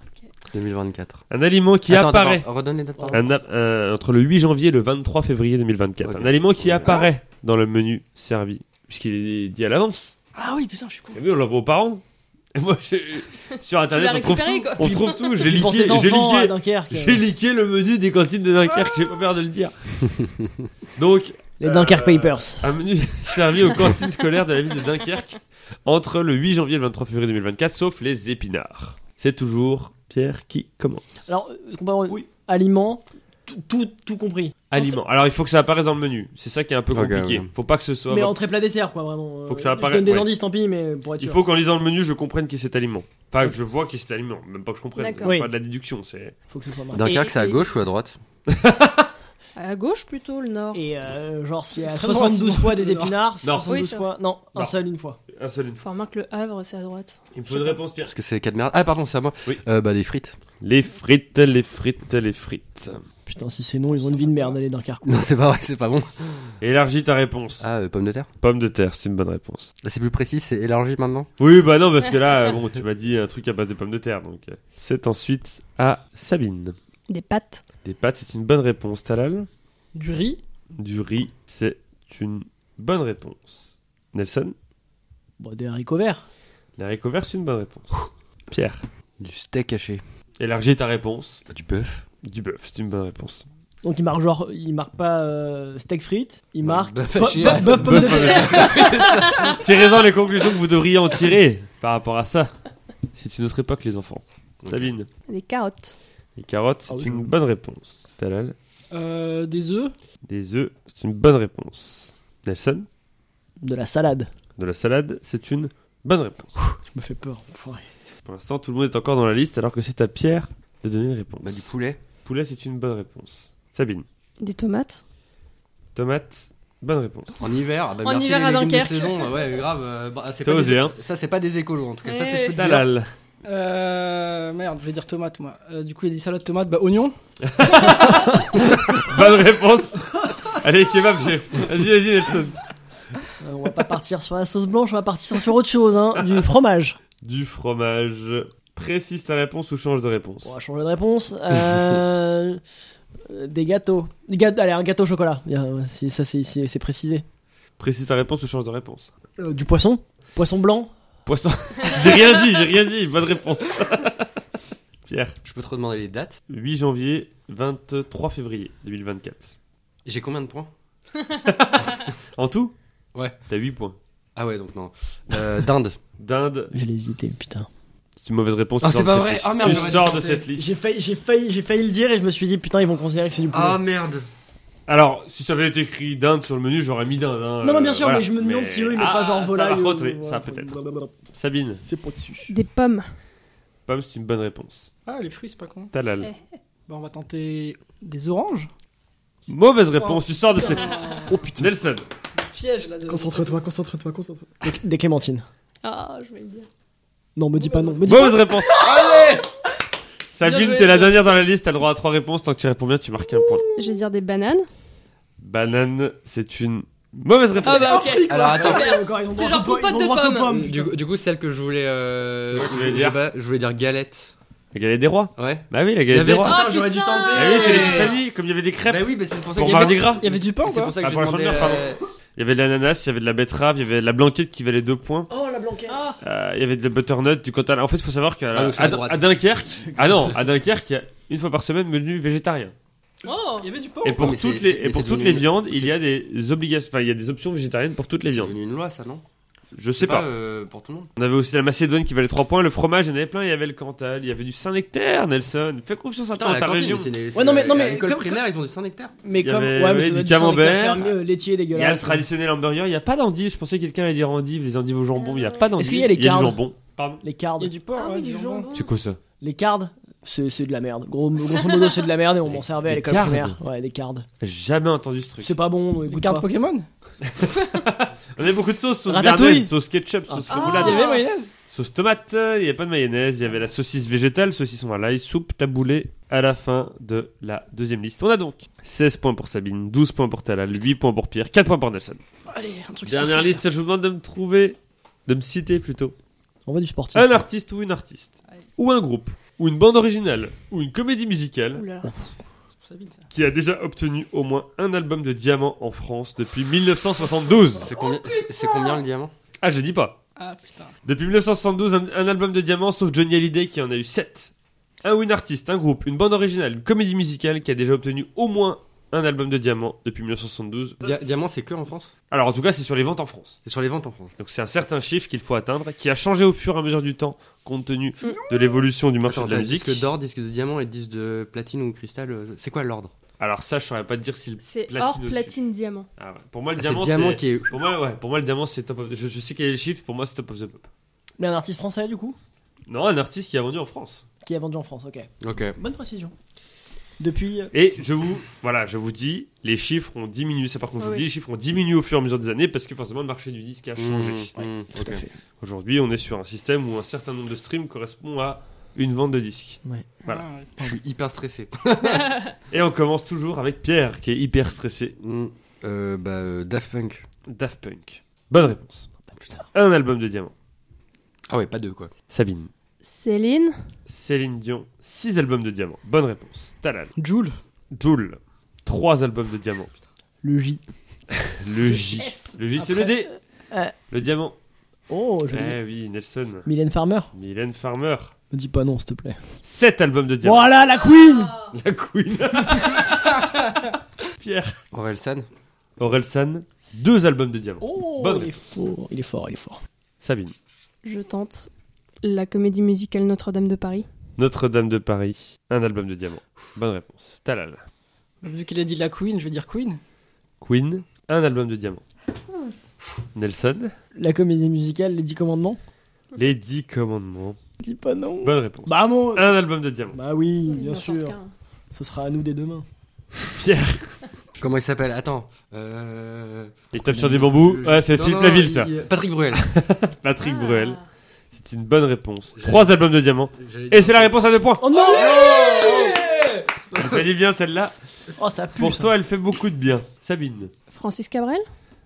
[SPEAKER 2] 2024.
[SPEAKER 1] Un aliment qui
[SPEAKER 2] Attends,
[SPEAKER 1] apparaît
[SPEAKER 2] attends, redonne les dates. pardon.
[SPEAKER 1] Un ap- un- entre le 8 janvier et le 23 février 2024.
[SPEAKER 2] Ok.
[SPEAKER 1] Un aliment qui
[SPEAKER 2] Ouais.
[SPEAKER 1] apparaît dans le menu servi, puisqu'il est dit à l'avance.
[SPEAKER 5] Ah oui, putain, je suis con.
[SPEAKER 1] T'as vu, on l'a pas aux parents. Et moi, j'ai- sur internet,
[SPEAKER 3] l'as
[SPEAKER 1] on trouve
[SPEAKER 3] récupéré,
[SPEAKER 1] tout.
[SPEAKER 3] quoi.
[SPEAKER 1] On trouve tout. J'ai
[SPEAKER 4] Pour
[SPEAKER 1] liqué,
[SPEAKER 4] tes
[SPEAKER 1] j'ai
[SPEAKER 4] enfants hein, euh. à
[SPEAKER 1] liqué,
[SPEAKER 4] Dunkerque.
[SPEAKER 1] j'ai liqué le menu des cantines de Dunkerque. J'ai pas peur de le dire. Donc,
[SPEAKER 4] Les Dunkerque
[SPEAKER 1] Euh,
[SPEAKER 4] Papers.
[SPEAKER 1] un menu servi aux cantines scolaires de la ville de Dunkerque entre le 8 janvier et le 23 février 2024, sauf les épinards. C'est toujours Pierre qui commence.
[SPEAKER 4] Alors, est-ce qu'on parle
[SPEAKER 1] Oui.
[SPEAKER 4] aliments, tout, tout, tout compris.
[SPEAKER 1] Aliments. Alors il faut que ça apparaisse dans le menu. C'est ça qui est un peu
[SPEAKER 2] Ok,
[SPEAKER 1] compliqué.
[SPEAKER 2] ouais.
[SPEAKER 1] Faut pas que ce soit.
[SPEAKER 4] mais entrée plat dessert, quoi, vraiment.
[SPEAKER 1] Faut que
[SPEAKER 4] Euh,
[SPEAKER 1] ça apparaisse,
[SPEAKER 4] Je donne des
[SPEAKER 1] ouais.
[SPEAKER 4] indices, tant pis, mais pour être
[SPEAKER 1] Il
[SPEAKER 4] sûr.
[SPEAKER 1] faut qu'en lisant le menu, je comprenne qui c'est cet aliment. Pas que je vois qui c'est cet aliment. Même pas que je comprenne.
[SPEAKER 3] D'accord.
[SPEAKER 1] C'est
[SPEAKER 4] Oui.
[SPEAKER 1] Pas de la déduction. C'est.
[SPEAKER 4] Faut que ce soit marqué.
[SPEAKER 2] Dunkerque, c'est à
[SPEAKER 4] Et-
[SPEAKER 2] gauche ou à droite
[SPEAKER 3] À gauche plutôt, le nord.
[SPEAKER 4] Et euh, genre, s'il y a
[SPEAKER 5] Extrêmement
[SPEAKER 4] 72 fois des
[SPEAKER 5] sinon-
[SPEAKER 4] épinards,
[SPEAKER 1] Non.
[SPEAKER 4] 72
[SPEAKER 3] Oui, ça
[SPEAKER 4] fois. Non, un
[SPEAKER 1] Non.
[SPEAKER 4] seul, une fois.
[SPEAKER 1] Un seul.
[SPEAKER 3] Enfin, remarque le Havre, c'est à droite.
[SPEAKER 1] Il me faut une réponse, Pierre.
[SPEAKER 2] Parce que c'est quatre merdes. Ah, pardon, c'est à moi.
[SPEAKER 1] Oui.
[SPEAKER 2] Euh, bah, les frites.
[SPEAKER 1] Les frites, les frites, les frites.
[SPEAKER 4] Putain, si c'est non, ils ont une vie de merde, les Dunkerque.
[SPEAKER 2] Non, c'est pas vrai, c'est pas bon.
[SPEAKER 1] Élargis ta réponse.
[SPEAKER 2] Ah, euh, pommes de terre.
[SPEAKER 1] Pomme de terre, c'est une bonne réponse.
[SPEAKER 2] Là, c'est plus précis, c'est élargi maintenant.
[SPEAKER 1] Oui, bah non, parce que là, euh, bon, tu m'as dit un truc à base de pommes de terre. Donc, euh. c'est ensuite à Sabine.
[SPEAKER 3] Des pâtes.
[SPEAKER 1] Des pâtes, c'est une bonne réponse. Talal.
[SPEAKER 5] Du riz.
[SPEAKER 1] Du riz, c'est une bonne réponse. Nelson.
[SPEAKER 4] Bon, des haricots verts.
[SPEAKER 1] Les haricots verts, c'est une bonne réponse. Pierre.
[SPEAKER 2] Du steak haché.
[SPEAKER 1] Élargis ta réponse.
[SPEAKER 2] Bah, Du bœuf.
[SPEAKER 1] Du bœuf, c'est une bonne réponse.
[SPEAKER 4] Donc, ils marquent genre, ils marquent pas euh, steak frites, ils marquent.
[SPEAKER 2] Bah, Bœuf
[SPEAKER 4] po-
[SPEAKER 2] haché.
[SPEAKER 4] po- Bœuf pomme de terre.
[SPEAKER 1] Tirez-en les conclusions que vous devriez en tirer par rapport à ça. C'est une autre époque, les enfants. Sabine,
[SPEAKER 3] Des carottes.
[SPEAKER 1] les carottes, c'est
[SPEAKER 4] Ah oui.
[SPEAKER 1] une bonne réponse. Talal,
[SPEAKER 5] Euh, des œufs.
[SPEAKER 1] des œufs, c'est une bonne réponse. Nelson,
[SPEAKER 4] De la salade.
[SPEAKER 1] de la salade, c'est une bonne réponse.
[SPEAKER 4] Je me fais peur, enfoiré.
[SPEAKER 1] Pour l'instant, tout le monde est encore dans la liste alors que c'est à Pierre de donner une réponse.
[SPEAKER 6] Bah, du poulet.
[SPEAKER 1] Poulet, c'est une bonne réponse. Sabine.
[SPEAKER 3] Des tomates
[SPEAKER 1] Tomate, bonne réponse.
[SPEAKER 2] En hiver, ah bah
[SPEAKER 3] En
[SPEAKER 2] merci
[SPEAKER 3] hiver
[SPEAKER 2] les
[SPEAKER 3] à
[SPEAKER 2] légumes de
[SPEAKER 3] Dunkerque.
[SPEAKER 2] saison. Ouais, grave. euh, bah, c'est
[SPEAKER 1] T'as
[SPEAKER 2] pas
[SPEAKER 1] osé,
[SPEAKER 2] des-
[SPEAKER 1] hein.
[SPEAKER 2] Ça, c'est pas des écolos en tout cas. Ça, c'est je
[SPEAKER 6] Eh.
[SPEAKER 2] peux te dire.
[SPEAKER 1] Dalal.
[SPEAKER 5] Euh, merde, je vais dire tomate moi. Euh, du coup, il y a des salades tomates, bah oignons.
[SPEAKER 1] Bonne réponse. Allez, kebab, chef. Vas-y, vas-y, Nelson.
[SPEAKER 4] Euh, on va pas partir sur la sauce blanche, on va partir sur autre chose, hein, du fromage.
[SPEAKER 1] Du fromage. Précise ta réponse ou change de réponse.
[SPEAKER 4] On va changer de réponse. Euh, euh, des gâteaux. Du gâteau- allez, un gâteau au chocolat. Bien, ouais, si- ça, c'est si- c'est précisé.
[SPEAKER 1] Précise ta réponse ou change de réponse.
[SPEAKER 4] Euh, du poisson Poisson blanc
[SPEAKER 1] Poisson. j'ai rien dit, j'ai rien dit. Bonne réponse. Pierre.
[SPEAKER 6] Je peux te redemander les dates
[SPEAKER 1] 8 janvier, 23 février 2024.
[SPEAKER 6] J'ai combien de points
[SPEAKER 1] En tout
[SPEAKER 6] Ouais.
[SPEAKER 1] T'as 8 points.
[SPEAKER 6] Ah ouais, donc non. Euh, Dinde.
[SPEAKER 1] Dinde,
[SPEAKER 4] J'ai hésité, putain.
[SPEAKER 1] c'est une mauvaise réponse.
[SPEAKER 6] Ah,
[SPEAKER 1] tu sors
[SPEAKER 6] c'est
[SPEAKER 1] de
[SPEAKER 6] pas
[SPEAKER 1] cette
[SPEAKER 6] vrai.
[SPEAKER 1] liste.
[SPEAKER 6] Ah, merde,
[SPEAKER 1] Tu
[SPEAKER 6] j'aurais dû
[SPEAKER 1] sors de
[SPEAKER 6] tenter.
[SPEAKER 1] cette liste.
[SPEAKER 4] J'ai failli, j'ai failli, j'ai failli le dire et je me suis dit, putain, ils vont considérer que c'est du poulet.
[SPEAKER 6] Ah merde.
[SPEAKER 1] Alors, si ça avait été écrit dinde sur le menu, j'aurais mis dinde. hein,
[SPEAKER 4] non, non,
[SPEAKER 1] euh,
[SPEAKER 4] bien sûr,
[SPEAKER 1] voilà.
[SPEAKER 4] mais je me demande si eux, ils mettent
[SPEAKER 1] Ah,
[SPEAKER 4] pas genre volaille.
[SPEAKER 1] Ça, par contre,
[SPEAKER 4] ou-
[SPEAKER 1] oui, ça
[SPEAKER 4] voilà. Bah,
[SPEAKER 1] peut-être. Sabine,
[SPEAKER 4] C'est pas dessus.
[SPEAKER 3] Des pommes
[SPEAKER 1] pomme, c'est une bonne réponse.
[SPEAKER 5] Ah, les fruits, c'est pas con.
[SPEAKER 1] Talal.
[SPEAKER 3] Eh.
[SPEAKER 5] Bah, on va tenter des oranges.
[SPEAKER 1] Mauvaise réponse, tu sors de cette liste. Oh putain. Nelson,
[SPEAKER 5] Piège là. de-
[SPEAKER 4] Concentre-toi, concentre-toi, concentre-toi. Des, des clémentines.
[SPEAKER 3] Ah, je vais le dire.
[SPEAKER 4] Non, me dis pas non. Me dis
[SPEAKER 1] mauvaise réponse. Allez
[SPEAKER 5] Bien
[SPEAKER 1] Sabine,
[SPEAKER 5] joué.
[SPEAKER 1] t'es la dernière dans la liste, t'as le droit à trois réponses. Tant que tu réponds bien, tu marques un point.
[SPEAKER 3] Je vais dire des bananes.
[SPEAKER 1] Banane, c'est une mauvaise réponse.
[SPEAKER 3] Ah bah ok.
[SPEAKER 6] Alors attends.
[SPEAKER 3] Super. C'est genre compote de pommes.
[SPEAKER 6] Du, coup- du coup, celle que je voulais.
[SPEAKER 1] C'est
[SPEAKER 6] Euh,
[SPEAKER 1] quoi que tu
[SPEAKER 6] je-
[SPEAKER 1] voulais
[SPEAKER 6] je-
[SPEAKER 1] dire
[SPEAKER 6] bah, Je voulais dire galette.
[SPEAKER 1] La galette des rois.
[SPEAKER 6] Ouais.
[SPEAKER 1] Bah oui, la
[SPEAKER 6] Il y
[SPEAKER 1] galette
[SPEAKER 6] avait-
[SPEAKER 1] des rois.
[SPEAKER 6] Putain,
[SPEAKER 3] Oh,
[SPEAKER 6] j'aurais dû
[SPEAKER 3] putain.
[SPEAKER 6] tenter.
[SPEAKER 1] Ah oui, c'est
[SPEAKER 6] les
[SPEAKER 1] l'épiphanie. Comme il y avait des crêpes,
[SPEAKER 6] Bah oui, bah, c'est pour ça
[SPEAKER 1] Pour
[SPEAKER 6] que j'ai
[SPEAKER 1] mardi gras.
[SPEAKER 5] Il y avait du pain,
[SPEAKER 6] C'est
[SPEAKER 5] quoi.
[SPEAKER 6] pour ça que
[SPEAKER 1] Ah,
[SPEAKER 6] j'ai
[SPEAKER 1] pour la
[SPEAKER 6] demandé. euh,
[SPEAKER 1] chandeleur,
[SPEAKER 6] la-
[SPEAKER 1] il y avait de l'ananas, il y avait de la betterave, il y avait de la blanquette qui valait deux points.
[SPEAKER 4] Oh, la blanquette.
[SPEAKER 3] Ah,
[SPEAKER 1] Euh, il y avait de la butternut, du cotton. En fait, il faut savoir qu'à
[SPEAKER 6] Ah, donc c'est à
[SPEAKER 1] à-
[SPEAKER 6] droite.
[SPEAKER 1] à Dunkerque, ah non, à Dunkerque, il y a une fois par semaine menu végétarien.
[SPEAKER 3] oh.
[SPEAKER 5] Il y avait du pain.
[SPEAKER 1] Et pour
[SPEAKER 6] mais c'est-
[SPEAKER 1] toutes les
[SPEAKER 6] c'est-
[SPEAKER 1] et
[SPEAKER 6] mais
[SPEAKER 1] pour
[SPEAKER 6] c'est
[SPEAKER 1] toutes
[SPEAKER 6] devenu
[SPEAKER 1] les viandes,
[SPEAKER 6] une-
[SPEAKER 1] il y a des obligations, enfin il y a des options végétariennes pour toutes les
[SPEAKER 6] C'est
[SPEAKER 1] viandes.
[SPEAKER 6] devenu une loi, ça, non
[SPEAKER 1] Je sais pas.
[SPEAKER 6] euh, pour tout le monde.
[SPEAKER 1] On avait aussi la Macédoine qui valait 3 points, le fromage, il y en avait plein, il y avait le Cantal, il y avait du Saint-Nectaire, Nelson. Fais confiance à toi,
[SPEAKER 6] Putain,
[SPEAKER 1] à
[SPEAKER 6] la
[SPEAKER 1] ta région.
[SPEAKER 6] cantine, c'est les-
[SPEAKER 4] Ouais, non, mais-
[SPEAKER 6] c'est
[SPEAKER 4] non,
[SPEAKER 6] la-
[SPEAKER 4] mais
[SPEAKER 6] l'école
[SPEAKER 4] comme-
[SPEAKER 6] primaire, ils ont du 5 hectares.
[SPEAKER 4] Mais
[SPEAKER 1] Il y
[SPEAKER 4] comme.
[SPEAKER 1] avait,
[SPEAKER 4] ouais,
[SPEAKER 1] ouais,
[SPEAKER 4] mais ça
[SPEAKER 1] du
[SPEAKER 4] doit être sur les
[SPEAKER 1] camembert.
[SPEAKER 4] cafés, euh, laitier
[SPEAKER 1] Il y a le
[SPEAKER 4] dégueulasse.
[SPEAKER 1] traditionnel hamburger, il n'y a pas d'endives, je pensais que quelqu'un allait dire endives, les endives au jambon, il n'y a pas d'endives.
[SPEAKER 4] Est-ce qu'il y a les
[SPEAKER 1] du
[SPEAKER 4] carnes
[SPEAKER 1] jambon. Pardon.
[SPEAKER 4] Les
[SPEAKER 5] Il y
[SPEAKER 4] cardes.
[SPEAKER 5] a Ah du
[SPEAKER 1] Oh,
[SPEAKER 3] Ah,
[SPEAKER 5] pain. ouais, jambon.
[SPEAKER 1] C'est quoi ça
[SPEAKER 4] Les cardes, c'est c'est de la merde. Gros, grosso modo, c'est de la merde et on m'en servait à
[SPEAKER 1] des
[SPEAKER 4] l'école
[SPEAKER 1] cardes.
[SPEAKER 4] primaire. Ouais, des cardes.
[SPEAKER 1] J'ai Jamais entendu ce truc.
[SPEAKER 4] C'est pas bon, on
[SPEAKER 5] Les
[SPEAKER 4] écoute
[SPEAKER 5] cartes
[SPEAKER 4] pas.
[SPEAKER 5] Pokémon.
[SPEAKER 1] On avait beaucoup de sauces, sauce
[SPEAKER 4] Ratatouille.
[SPEAKER 1] béarnaise, sauce ketchup, sauce
[SPEAKER 3] Ah.
[SPEAKER 1] remoulade.
[SPEAKER 5] Il y avait mayonnaise.
[SPEAKER 1] Sauce tomate, euh, il n'y avait pas de mayonnaise, il y avait la saucisse végétale, saucisson à l'ail, soupe taboulée à la fin de la deuxième liste. On a donc 16 points pour Sabine, 12 points pour Talal, 8 points pour Pierre, 4 points pour Nelson.
[SPEAKER 5] Allez, un truc
[SPEAKER 1] Dernière
[SPEAKER 5] sportif.
[SPEAKER 1] liste, je vous demande de me trouver, de me citer plutôt,
[SPEAKER 4] On va du sportif.
[SPEAKER 1] un artiste ou une artiste, ou un groupe, ou une bande originale, ou une comédie musicale
[SPEAKER 3] Oula.
[SPEAKER 5] Ça vide, ça.
[SPEAKER 1] qui a déjà obtenu au moins un album de diamant en France depuis 1972.
[SPEAKER 6] C'est combien, c'est- c'est combien le diamant
[SPEAKER 1] Ah, je dis pas.
[SPEAKER 5] Ah putain.
[SPEAKER 1] Depuis 1972, un, un album de diamant, sauf Johnny Hallyday qui en a eu 7. Un ou une artiste, un groupe, une bande originale, une comédie musicale qui a déjà obtenu au moins un album de diamant depuis 1972.
[SPEAKER 6] Dia- Diamant, c'est que en France
[SPEAKER 1] Alors en tout cas, c'est sur les ventes en France.
[SPEAKER 6] C'est sur les ventes en France.
[SPEAKER 1] Donc c'est un certain chiffre qu'il faut atteindre, qui a changé au fur et à mesure du temps, compte tenu de l'évolution du marché
[SPEAKER 6] Genre
[SPEAKER 1] de la musique.
[SPEAKER 6] Disque d'or, disque de diamant et disque de platine ou cristal. euh, C'est quoi l'ordre
[SPEAKER 1] Alors ça, je saurais pas te dire si le...
[SPEAKER 3] C'est
[SPEAKER 1] Platine
[SPEAKER 3] or,
[SPEAKER 1] au-dessus.
[SPEAKER 3] platine, diamant.
[SPEAKER 1] Ah ouais. Pour moi, le
[SPEAKER 6] Ah,
[SPEAKER 1] diamant,
[SPEAKER 6] C'est diamant
[SPEAKER 1] c'est-
[SPEAKER 6] qui est.
[SPEAKER 1] Pour moi, ouais, pour moi, le diamant, c'est top of... Je, je sais quel est le chiffre, pour moi, c'est top of the pop.
[SPEAKER 4] Mais un artiste français, du coup
[SPEAKER 1] Non, un artiste qui a vendu en France.
[SPEAKER 4] Qui est vendu en France, ok.
[SPEAKER 6] Ok.
[SPEAKER 4] Bonne précision. Depuis. euh,
[SPEAKER 1] Et je vous, voilà, je vous dis, les chiffres ont diminué. Ça, par contre, je vous
[SPEAKER 3] Oui.
[SPEAKER 1] dis, les chiffres ont diminué au fur et à mesure des années parce que forcément le marché du disque a changé.
[SPEAKER 6] Mmh. tout à fait.
[SPEAKER 1] Aujourd'hui, on est sur un système où un certain nombre de streams correspond à une vente de disques. Voilà.
[SPEAKER 5] Ah, ouais.
[SPEAKER 6] Je suis hyper stressé.
[SPEAKER 1] Et on commence toujours avec Pierre qui est hyper stressé.
[SPEAKER 6] Mm, euh, bah, euh, Daft Punk.
[SPEAKER 1] Daft Punk. Bonne réponse. Un album de diamant.
[SPEAKER 6] Ah ouais, pas deux quoi.
[SPEAKER 1] Sabine.
[SPEAKER 3] Céline,
[SPEAKER 1] Céline Dion. Six albums de diamant. Bonne réponse. Talal.
[SPEAKER 5] Joule.
[SPEAKER 1] Joule. Trois albums de diamant.
[SPEAKER 4] Le J.
[SPEAKER 1] Le J. Le J, c'est le D.
[SPEAKER 4] Euh.
[SPEAKER 1] Le diamant.
[SPEAKER 4] Oh, joli.
[SPEAKER 1] Eh oui, Nelson.
[SPEAKER 4] Mylène Farmer
[SPEAKER 1] Mylène Farmer.
[SPEAKER 4] Me dis pas non, s'il te plaît.
[SPEAKER 1] Sept albums de diamant.
[SPEAKER 4] Voilà, la queen
[SPEAKER 1] La Queen. Pierre.
[SPEAKER 6] Aurel San.
[SPEAKER 1] Orelsan, deux albums de diamant.
[SPEAKER 4] Oh,
[SPEAKER 1] Bonne
[SPEAKER 4] il est fort, il est fort, il est fort.
[SPEAKER 1] Sabine.
[SPEAKER 3] je tente la comédie musicale Notre-Dame de Paris.
[SPEAKER 1] Notre-Dame de Paris, un album de diamant. Bonne réponse. Talal.
[SPEAKER 5] Vu qu'il a dit la Queen, je vais dire Queen.
[SPEAKER 1] Queen, un album de diamant.
[SPEAKER 4] Hmm.
[SPEAKER 1] Nelson,
[SPEAKER 4] La comédie musicale, les 10 commandements
[SPEAKER 1] Les Dix Commandements.
[SPEAKER 4] Dis pas non.
[SPEAKER 1] Bonne réponse.
[SPEAKER 4] Hmm. Bah, mon-
[SPEAKER 1] Un album de diamants.
[SPEAKER 4] bah oui,
[SPEAKER 3] Ils
[SPEAKER 4] bien
[SPEAKER 3] en sortent
[SPEAKER 4] sûr.
[SPEAKER 3] qu'un.
[SPEAKER 4] Ce sera à nous dès demain.
[SPEAKER 1] Pierre,
[SPEAKER 6] Comment il s'appelle Attends. Euh...
[SPEAKER 1] il tape sur des bambous.
[SPEAKER 6] euh,
[SPEAKER 1] Ouais, c'est
[SPEAKER 6] non,
[SPEAKER 1] Philippe
[SPEAKER 6] non,
[SPEAKER 1] Laville,
[SPEAKER 6] il-
[SPEAKER 1] ça.
[SPEAKER 6] il- Patrick Bruel.
[SPEAKER 1] Patrick
[SPEAKER 3] Ah.
[SPEAKER 1] Bruel. C'est une bonne réponse. Trois albums de diamants.
[SPEAKER 6] J'allais dire-
[SPEAKER 1] Et c'est la réponse à deux points.
[SPEAKER 4] Oh non
[SPEAKER 1] Ça dit bien celle-là.
[SPEAKER 4] Oh, ça pue.
[SPEAKER 1] Pour
[SPEAKER 4] ça.
[SPEAKER 1] toi, elle fait beaucoup de bien. Sabine.
[SPEAKER 3] Francis Cabrel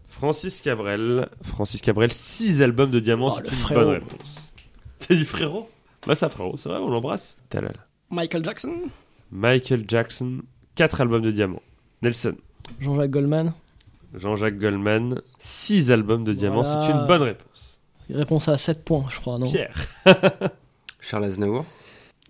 [SPEAKER 1] Francis Cabrel. Francis Cabrel, 6 albums de diamants,
[SPEAKER 4] Oh,
[SPEAKER 1] c'est
[SPEAKER 4] le
[SPEAKER 1] une
[SPEAKER 4] frérot.
[SPEAKER 1] bonne réponse. T'as dit frérot Bah ça frérot, c'est vrai, on l'embrasse. Talal.
[SPEAKER 5] Michael Jackson
[SPEAKER 1] Michael Jackson, 4 albums de diamants. Nelson.
[SPEAKER 4] Jean-Jacques Goldman.
[SPEAKER 1] Jean-Jacques Goldman, 6 albums de diamants,
[SPEAKER 4] Voilà.
[SPEAKER 1] c'est une bonne réponse.
[SPEAKER 4] Réponse à 7 points, je crois, non
[SPEAKER 1] Pierre.
[SPEAKER 6] Charles Aznavour.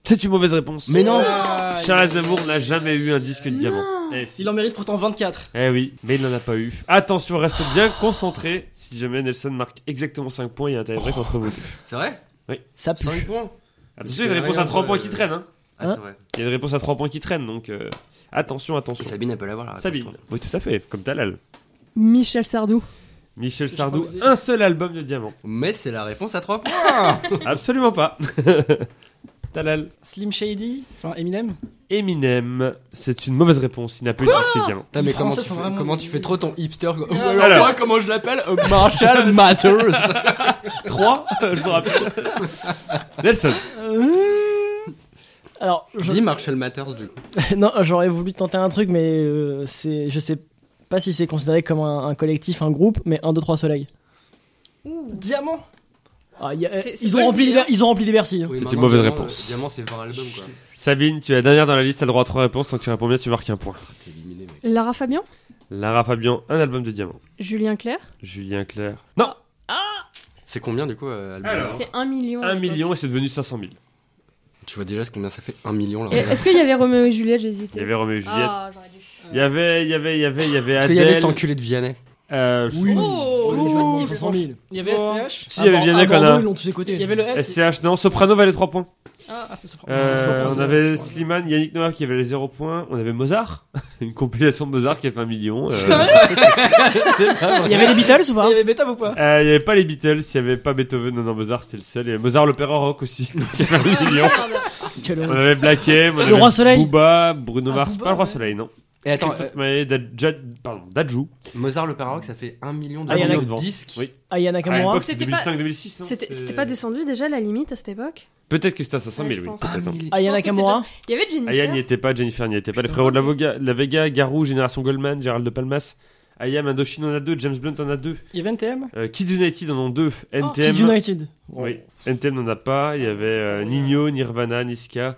[SPEAKER 1] C'est une mauvaise réponse.
[SPEAKER 4] Mais non
[SPEAKER 5] Ah,
[SPEAKER 1] Charles Aznavour n'a jamais eu un disque de diamant. Eh, si.
[SPEAKER 5] Il en mérite pourtant 24.
[SPEAKER 1] Eh oui, mais il n'en a pas eu. Attention, reste bien concentré. Si jamais Nelson marque exactement 5 points, il y a un tie-break entre vous deux.
[SPEAKER 6] C'est vrai
[SPEAKER 4] Ça pue.
[SPEAKER 6] 5 points
[SPEAKER 1] Attention, il y a une réponse à 3 points qui traîne. Hein.
[SPEAKER 6] Ah,
[SPEAKER 4] Hein
[SPEAKER 6] c'est vrai.
[SPEAKER 1] Il y a une réponse à 3 points qui traîne, donc euh, attention, attention.
[SPEAKER 6] Et Sabine, elle peut l'avoir. la réponse,
[SPEAKER 1] Sabine.
[SPEAKER 6] toi.
[SPEAKER 1] Oui, tout à fait, comme Talal.
[SPEAKER 3] Michel Sardou.
[SPEAKER 1] Michel
[SPEAKER 5] sais
[SPEAKER 1] Sardou,
[SPEAKER 5] pas oser.
[SPEAKER 1] un seul album de diamant.
[SPEAKER 6] Mais c'est la réponse à 3 points.
[SPEAKER 1] Absolument pas. Talal.
[SPEAKER 5] Slim Shady Enfin, Eminem
[SPEAKER 1] Eminem, c'est une mauvaise réponse, il n'a pas eu de disque de diamant.
[SPEAKER 6] Putain, mais
[SPEAKER 5] Les
[SPEAKER 6] comment tu,
[SPEAKER 5] Français
[SPEAKER 6] fais,
[SPEAKER 5] sont vraiment-
[SPEAKER 6] comment tu fais trop ton hipster quoi. Ou alors,
[SPEAKER 1] Alors.
[SPEAKER 6] moi, comment je l'appelle Euh, Marshall Matters
[SPEAKER 1] 3, je vous rappelle. Nelson.
[SPEAKER 4] Euh, Alors, je-
[SPEAKER 6] Dis Marshall Matters du coup.
[SPEAKER 4] non, j'aurais voulu tenter un truc, mais euh, c'est, je sais pas si c'est considéré comme un, un collectif, un groupe, mais 1, 2, 3 soleil.
[SPEAKER 5] Diamant
[SPEAKER 4] Ah, il y a-
[SPEAKER 3] C'est- c'est
[SPEAKER 4] ils,
[SPEAKER 3] pas
[SPEAKER 4] ont rempli,
[SPEAKER 3] le
[SPEAKER 4] ils ont rempli des Bercy. hein.
[SPEAKER 6] Oui,
[SPEAKER 1] une
[SPEAKER 6] maintenant,
[SPEAKER 1] mauvaise
[SPEAKER 6] Diamant,
[SPEAKER 1] réponse.
[SPEAKER 6] euh, Diamant, c'est 20 albums quoi.
[SPEAKER 1] Sabine, tu es la dernière dans la liste, t'as le droit à 3 réponses. Tant que tu réponds bien, tu marques un point.
[SPEAKER 6] T'es éliminé, mec.
[SPEAKER 3] Lara Fabian
[SPEAKER 1] Lara Fabian, un album de diamant.
[SPEAKER 3] Julien Clerc
[SPEAKER 1] Julien Clerc. Non
[SPEAKER 6] C'est combien du coup euh, album
[SPEAKER 1] Alors.
[SPEAKER 3] C'est 1 million. à
[SPEAKER 1] 1
[SPEAKER 3] l'époque.
[SPEAKER 1] million et c'est devenu 500 000.
[SPEAKER 6] Tu vois déjà ce combien ça fait 1 million là.
[SPEAKER 3] Et Est-ce qu'il y avait Roméo et Juliette J'ai
[SPEAKER 1] Il
[SPEAKER 3] hésité.
[SPEAKER 1] y avait Roméo et Juliette.
[SPEAKER 3] Ah, j'aurais dû.
[SPEAKER 1] Il y avait, il y avait, il y avait, il y avait
[SPEAKER 6] Parce
[SPEAKER 1] Adèle.
[SPEAKER 6] qu'il y avait cet enculé de Vianney.
[SPEAKER 1] Euh, je-
[SPEAKER 4] Oui.
[SPEAKER 3] Oh,
[SPEAKER 4] Oui,
[SPEAKER 3] c'est
[SPEAKER 4] oui,
[SPEAKER 3] possible.
[SPEAKER 4] 500 000.
[SPEAKER 5] Il y avait SCH
[SPEAKER 1] Si, il y avait
[SPEAKER 4] Ah, À Bor-
[SPEAKER 1] Vianney
[SPEAKER 4] à
[SPEAKER 1] qu'on
[SPEAKER 4] Bordeaux,
[SPEAKER 1] a.
[SPEAKER 4] ils l'ont tous écouté.
[SPEAKER 5] Il y avait le S.
[SPEAKER 1] SCH, non, Soprano valait 3 points.
[SPEAKER 5] Ah, c'était surprenant.
[SPEAKER 1] Euh,
[SPEAKER 4] Soprano,
[SPEAKER 1] on avait Slimane, Yannick Noah qui avait les 0 points. On avait Mozart, une compilation de Mozart qui a fait un million. euh.
[SPEAKER 5] Sérieux
[SPEAKER 4] Ah, Il y avait les Beatles ou
[SPEAKER 5] Il
[SPEAKER 4] pas
[SPEAKER 5] y avait Beta ou pas
[SPEAKER 1] Euh, il n'y avait pas les Beatles, il n'y avait pas Beethoven, non, non, Mozart c'était le seul. Il y avait Mozart l'opéra rock aussi, qui a
[SPEAKER 3] Ah,
[SPEAKER 1] fait un million.
[SPEAKER 4] Quelle
[SPEAKER 1] On
[SPEAKER 4] honte.
[SPEAKER 1] avait Black M, on
[SPEAKER 4] Le
[SPEAKER 1] avait
[SPEAKER 4] Roi Soleil.
[SPEAKER 1] Booba, Bruno
[SPEAKER 5] Ah,
[SPEAKER 1] Mars,
[SPEAKER 5] Booba,
[SPEAKER 1] pas le Roi
[SPEAKER 5] ouais.
[SPEAKER 1] Soleil, non.
[SPEAKER 6] Et attends,
[SPEAKER 1] Christophe Maé, Dad- Jad- pardon, Dadju.
[SPEAKER 6] euh, Mozart le Paroc, ça fait 1 million de
[SPEAKER 4] Ah, il y en a
[SPEAKER 6] million
[SPEAKER 1] qui
[SPEAKER 6] de
[SPEAKER 1] vendent.
[SPEAKER 6] disques.
[SPEAKER 1] Oui.
[SPEAKER 4] Aya
[SPEAKER 1] À
[SPEAKER 4] Nakamura.
[SPEAKER 1] l'époque,
[SPEAKER 3] C'était
[SPEAKER 1] c'était
[SPEAKER 3] pas-
[SPEAKER 1] 2005-2006. non
[SPEAKER 3] C'était c'était pas descendu déjà la limite à cette époque
[SPEAKER 1] Peut-être que c'était à 500
[SPEAKER 3] Ouais,
[SPEAKER 1] 000,
[SPEAKER 3] je
[SPEAKER 1] oui.
[SPEAKER 3] pense.
[SPEAKER 1] peut-être, hein.
[SPEAKER 4] Aya
[SPEAKER 3] Je pense que
[SPEAKER 4] Nakamura.
[SPEAKER 3] Il y avait Jennifer.
[SPEAKER 1] Aya n'y était pas, Jennifer n'y était pas, les frérots de la Voga- la Vega, Garou, Génération Goldman, Gérald de Palmas, Aya, Indochine en a deux, James Blunt en a deux,
[SPEAKER 5] Il y avait NTM
[SPEAKER 1] euh, Kids United en ont deux, NTM,
[SPEAKER 4] Oh, Kids United.
[SPEAKER 1] oui, NTM n'en a pas, il y avait euh, Nino, Nirvana, Niska,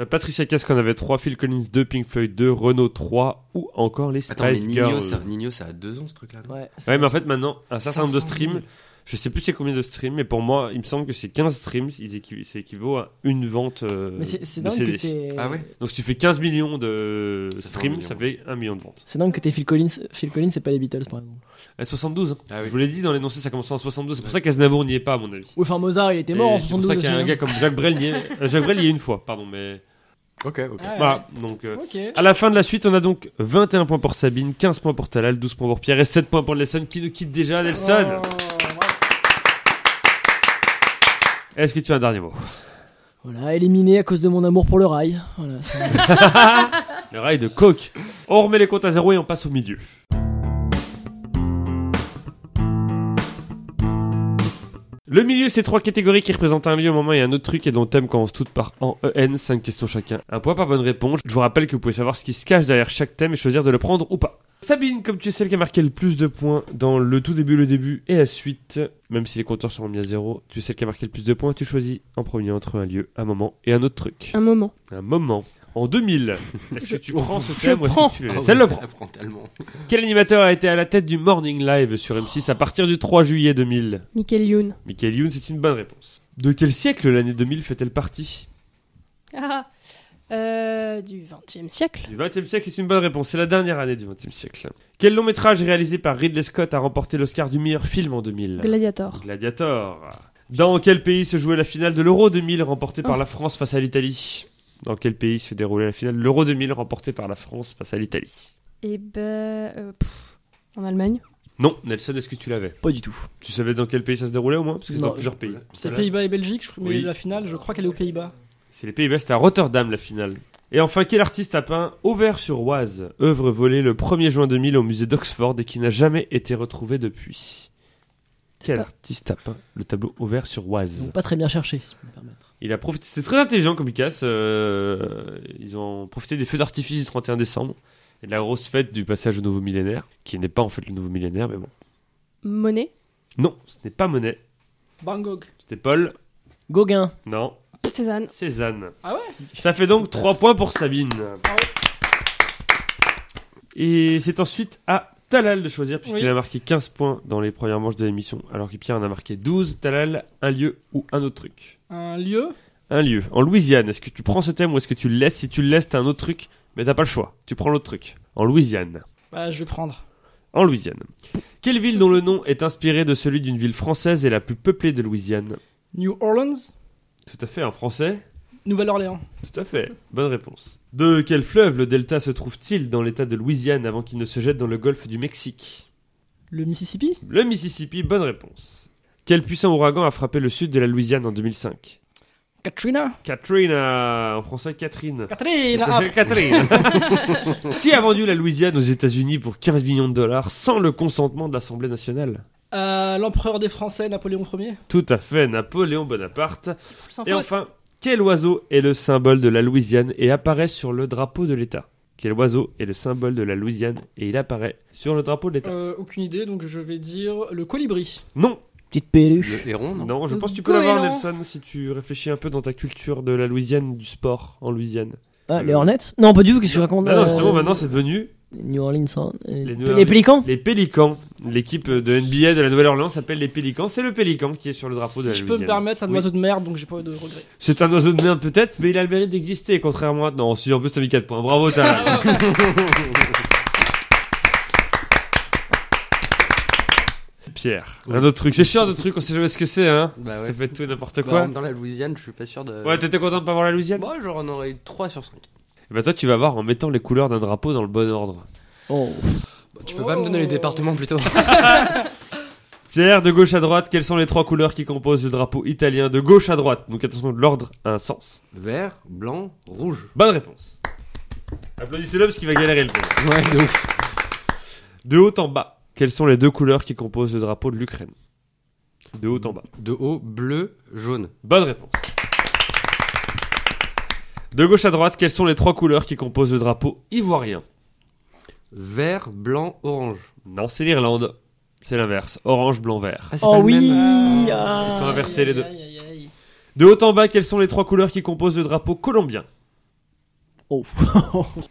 [SPEAKER 1] euh, Patricia Cass en avait trois, Phil Collins 2, Pink Floyd 2, Renault 3 ou encore les Spice
[SPEAKER 6] Attends, mais Nino
[SPEAKER 1] Girls.
[SPEAKER 6] ça, Nino, ça a 2 ans ce truc là.
[SPEAKER 4] Ouais, c'est-
[SPEAKER 1] Ouais, mais en fait maintenant, un certain nombre de
[SPEAKER 6] 500
[SPEAKER 1] streams,
[SPEAKER 6] 000.
[SPEAKER 1] je sais plus c'est combien de streams, mais pour moi, il me semble que c'est 15 streams, ils équi- c'est équivaut à une vente euh,
[SPEAKER 4] Mais c'est c'est
[SPEAKER 1] de
[SPEAKER 4] dingue
[SPEAKER 1] CD.
[SPEAKER 4] que t'aies.
[SPEAKER 6] Ah ouais
[SPEAKER 1] Donc si tu fais 15 millions de
[SPEAKER 6] Ça fait un
[SPEAKER 1] streams,
[SPEAKER 6] million.
[SPEAKER 1] ça fait 1 million de ventes.
[SPEAKER 4] C'est dingue que t'es Phil Collins. Phil Collins, c'est pas les Beatles, par exemple.
[SPEAKER 1] À 72, hein.
[SPEAKER 6] Ah oui.
[SPEAKER 1] je vous l'ai dit dans l'énoncé, ça commençait en 72. C'est pour ça qu'Aznavour n'y est pas, à mon avis.
[SPEAKER 4] Ou enfin Mozart, il était mort
[SPEAKER 1] Et
[SPEAKER 4] en
[SPEAKER 1] c'est pour
[SPEAKER 4] 72
[SPEAKER 1] ça qu'il
[SPEAKER 4] aussi.
[SPEAKER 1] y a un
[SPEAKER 4] hein.
[SPEAKER 1] gars comme Jacques Brel, y est... euh, Jacques Brel y est une fois, pardon, mais
[SPEAKER 6] Ok, ok.
[SPEAKER 5] Ah, ouais.
[SPEAKER 1] voilà. Donc, euh,
[SPEAKER 5] Ok.
[SPEAKER 1] à la fin de la suite, on a donc 21 points pour Sabine, 15 points pour Talal, 12 points pour Pierre et 7 points pour Nelson qui nous quitte déjà.
[SPEAKER 5] Oh,
[SPEAKER 1] Nelson, est-ce que tu as un dernier mot
[SPEAKER 4] Voilà, éliminé à cause de mon amour pour le rail. Voilà, ça-
[SPEAKER 1] Le rail de coke. On remet les comptes à zéro et on passe au milieu. Le milieu, c'est trois catégories qui représentent un lieu, un moment et un autre truc et dont le thème commence toutes par en EN, 5 questions chacun. Un point par bonne réponse. Je vous rappelle que vous pouvez savoir ce qui se cache derrière chaque thème et choisir de le prendre ou pas. Sabine, comme tu es celle qui a marqué le plus de points dans le tout début, le début et la suite, même si les compteurs sont remis à zéro, tu es celle qui a marqué le plus de points, tu choisis en premier entre un lieu, un moment et un autre truc.
[SPEAKER 3] Un moment.
[SPEAKER 1] Un moment. En 2000, est-ce que tu prends ce thème ou est-ce
[SPEAKER 3] prends.
[SPEAKER 1] que tu le
[SPEAKER 6] Ah,
[SPEAKER 1] laisses
[SPEAKER 6] ouais,
[SPEAKER 1] Elle le prend.
[SPEAKER 6] Elle prend tellement.
[SPEAKER 1] Quel animateur a été à la tête du Morning Live sur M6 à partir du 3 juillet 2000
[SPEAKER 3] Michael Youn.
[SPEAKER 1] Michael Youn, c'est une bonne réponse. De quel siècle l'année 2000 fait-elle partie
[SPEAKER 3] Ah, euh, du 20e siècle.
[SPEAKER 1] Du 20e siècle, c'est une bonne réponse. C'est la dernière année du 20e siècle. Quel long métrage réalisé par Ridley Scott a remporté l'Oscar du meilleur film en 2000
[SPEAKER 3] Gladiator.
[SPEAKER 1] Gladiator. Dans quel pays se jouait la finale de l'Euro 2000 remportée par
[SPEAKER 3] Oh.
[SPEAKER 1] la France face à l'Italie Dans quel pays se déroulait la finale de l'Euro
[SPEAKER 3] Eh
[SPEAKER 1] 2000 remportée par la France face à l'Italie
[SPEAKER 3] Et ben. euh, pff, en Allemagne.
[SPEAKER 1] Non, Nelson, est-ce que tu l'avais
[SPEAKER 4] Pas du tout.
[SPEAKER 1] Tu savais dans quel pays ça se déroulait au moins Parce que c'est
[SPEAKER 4] Non,
[SPEAKER 1] dans plusieurs pays.
[SPEAKER 5] C'est
[SPEAKER 1] Voilà.
[SPEAKER 5] Pays-Bas et Belgique, je crois, mais
[SPEAKER 1] Oui.
[SPEAKER 5] la finale, je crois qu'elle est aux Pays-Bas.
[SPEAKER 1] C'est les Pays-Bas, c'était à Rotterdam la finale. Et enfin, quel artiste a peint Auvers-sur-Oise, œuvre volée le 1er juin 2000 au musée d'Oxford et qui n'a jamais été retrouvée depuis Quel
[SPEAKER 4] pas-
[SPEAKER 1] artiste a peint le tableau Auvers-sur-Oise
[SPEAKER 4] Donc, pas très bien cherché, si je peux me permettre.
[SPEAKER 1] Il a profité, c'était très intelligent comme Picasso, euh, ils ont profité des feux d'artifice du 31 décembre et de la grosse fête du passage au nouveau millénaire, qui n'est pas en fait le nouveau millénaire, mais bon.
[SPEAKER 3] Monet,
[SPEAKER 1] Non, ce n'est pas Monet,
[SPEAKER 5] Bangkok.
[SPEAKER 1] c'était Paul.
[SPEAKER 4] Gauguin.
[SPEAKER 1] Non,
[SPEAKER 3] Cézanne.
[SPEAKER 1] Cézanne.
[SPEAKER 5] Ah ouais Ah
[SPEAKER 1] Ça fait donc 3 points pour Sabine. Et c'est ensuite à Talal de choisir, puisqu'il
[SPEAKER 5] Oui.
[SPEAKER 1] a marqué 15 points dans les premières manches de l'émission, alors que Pierre en a marqué 12. Talal, un lieu ou un autre truc
[SPEAKER 5] Un lieu
[SPEAKER 1] Un lieu. En Louisiane, est-ce que tu prends ce thème ou est-ce que tu le laisses Si tu le laisses, t'as un autre truc, mais t'as pas le choix. Tu prends l'autre truc. En Louisiane.
[SPEAKER 5] Bah, je vais prendre.
[SPEAKER 1] En Louisiane. Quelle ville dont le nom est inspiré de celui d'une ville française et la plus peuplée de Louisiane
[SPEAKER 5] New Orleans
[SPEAKER 1] Tout à fait, en français
[SPEAKER 5] Nouvelle-Orléans.
[SPEAKER 1] Tout à fait, bonne réponse. De quel fleuve le delta se trouve-t-il dans l'état de Louisiane avant qu'il ne se jette dans le golfe du Mexique
[SPEAKER 5] Le Mississippi
[SPEAKER 1] Le Mississippi, bonne réponse. Quel puissant ouragan a frappé le sud de la Louisiane en 2005
[SPEAKER 5] Katrina
[SPEAKER 1] Katrina, en français Catherine.
[SPEAKER 5] Katrina ah,
[SPEAKER 1] Catherine. Qui a vendu la Louisiane aux États-Unis pour 15 millions de dollars sans le consentement de l'Assemblée nationale
[SPEAKER 5] euh, L'empereur des Français, Napoléon Ier.
[SPEAKER 1] Tout à fait, Napoléon Bonaparte.
[SPEAKER 3] Sans
[SPEAKER 1] Et
[SPEAKER 3] faute.
[SPEAKER 1] enfin, quel oiseau est le symbole de la Louisiane et apparaît sur le drapeau de l'État Quel oiseau est le symbole de la Louisiane et il apparaît sur le drapeau de l'État
[SPEAKER 5] Euh, aucune idée, donc je vais dire le colibri.
[SPEAKER 1] Non,
[SPEAKER 4] Petite perruche.
[SPEAKER 6] Le héron, non,
[SPEAKER 1] non, je pense que tu peux
[SPEAKER 3] Goéland.
[SPEAKER 1] l'avoir, Nelson, si tu réfléchis un peu dans ta culture de la Louisiane, du sport en Louisiane.
[SPEAKER 4] Ah, les Hornets Non, pas du tout, qu'est-ce que je raconte
[SPEAKER 1] Ah non,
[SPEAKER 4] euh,
[SPEAKER 1] justement, maintenant c'est devenu
[SPEAKER 4] New Orleans. hein, euh,
[SPEAKER 1] Les
[SPEAKER 4] Les,
[SPEAKER 1] New Orleans.
[SPEAKER 4] Pélicans
[SPEAKER 1] les Pélicans. L'équipe de NBA de la Nouvelle-Orléans s'appelle les Pélicans. C'est le Pélican qui est sur le drapeau de
[SPEAKER 5] Si
[SPEAKER 1] la
[SPEAKER 5] je peux
[SPEAKER 1] Louisiane.
[SPEAKER 5] me permettre, c'est un
[SPEAKER 1] Oui.
[SPEAKER 5] oiseau de merde, donc j'ai pas de regrets.
[SPEAKER 1] C'est un oiseau de merde peut-être, mais il a le mérite d'exister, contrairement à... Non, si, en plus t'as mis 4 points. Bravo, t'as... Pierre, un autre truc. C'est chiant de truc, on sait jamais ce que c'est, hein
[SPEAKER 6] Bah ouais.
[SPEAKER 1] Ça peut être tout et n'importe
[SPEAKER 6] Bah,
[SPEAKER 1] quoi.
[SPEAKER 6] Dans la Louisiane, je suis pas sûr de.
[SPEAKER 1] Ouais, t'étais content de pas voir la Louisiane
[SPEAKER 6] Moi, genre, on aurait eu 3 sur 5.
[SPEAKER 1] Et Bah toi, tu vas voir en mettant les couleurs d'un drapeau dans le bon ordre.
[SPEAKER 4] Oh,
[SPEAKER 6] Bah, tu peux pas me
[SPEAKER 1] Oh.
[SPEAKER 6] donner les départements plutôt
[SPEAKER 1] Pierre, de gauche à droite, quelles sont les trois couleurs qui composent le drapeau italien de gauche à droite Donc attention, l'ordre a un sens.
[SPEAKER 6] Vert, blanc, rouge.
[SPEAKER 1] Bonne réponse. Applaudissez-le parce qu'il va galérer le pauvre.
[SPEAKER 6] Ouais, de ouf.
[SPEAKER 1] De haut en bas, quelles sont les deux couleurs qui composent le drapeau de l'Ukraine De haut en bas.
[SPEAKER 6] De haut, bleu, jaune.
[SPEAKER 1] Bonne réponse. De gauche à droite, quelles sont les trois couleurs qui composent le drapeau ivoirien
[SPEAKER 6] Vert, blanc, orange.
[SPEAKER 1] Non, c'est l'Irlande. C'est l'inverse. Orange, blanc, vert.
[SPEAKER 6] Ah, c'est
[SPEAKER 4] oh
[SPEAKER 6] pas le
[SPEAKER 4] oui
[SPEAKER 6] même. euh,
[SPEAKER 4] ah.
[SPEAKER 1] Ils sont inversés les deux.
[SPEAKER 5] Aïe, aïe, aïe.
[SPEAKER 1] De haut en bas, quelles sont les trois couleurs qui composent le drapeau colombien
[SPEAKER 4] Oh.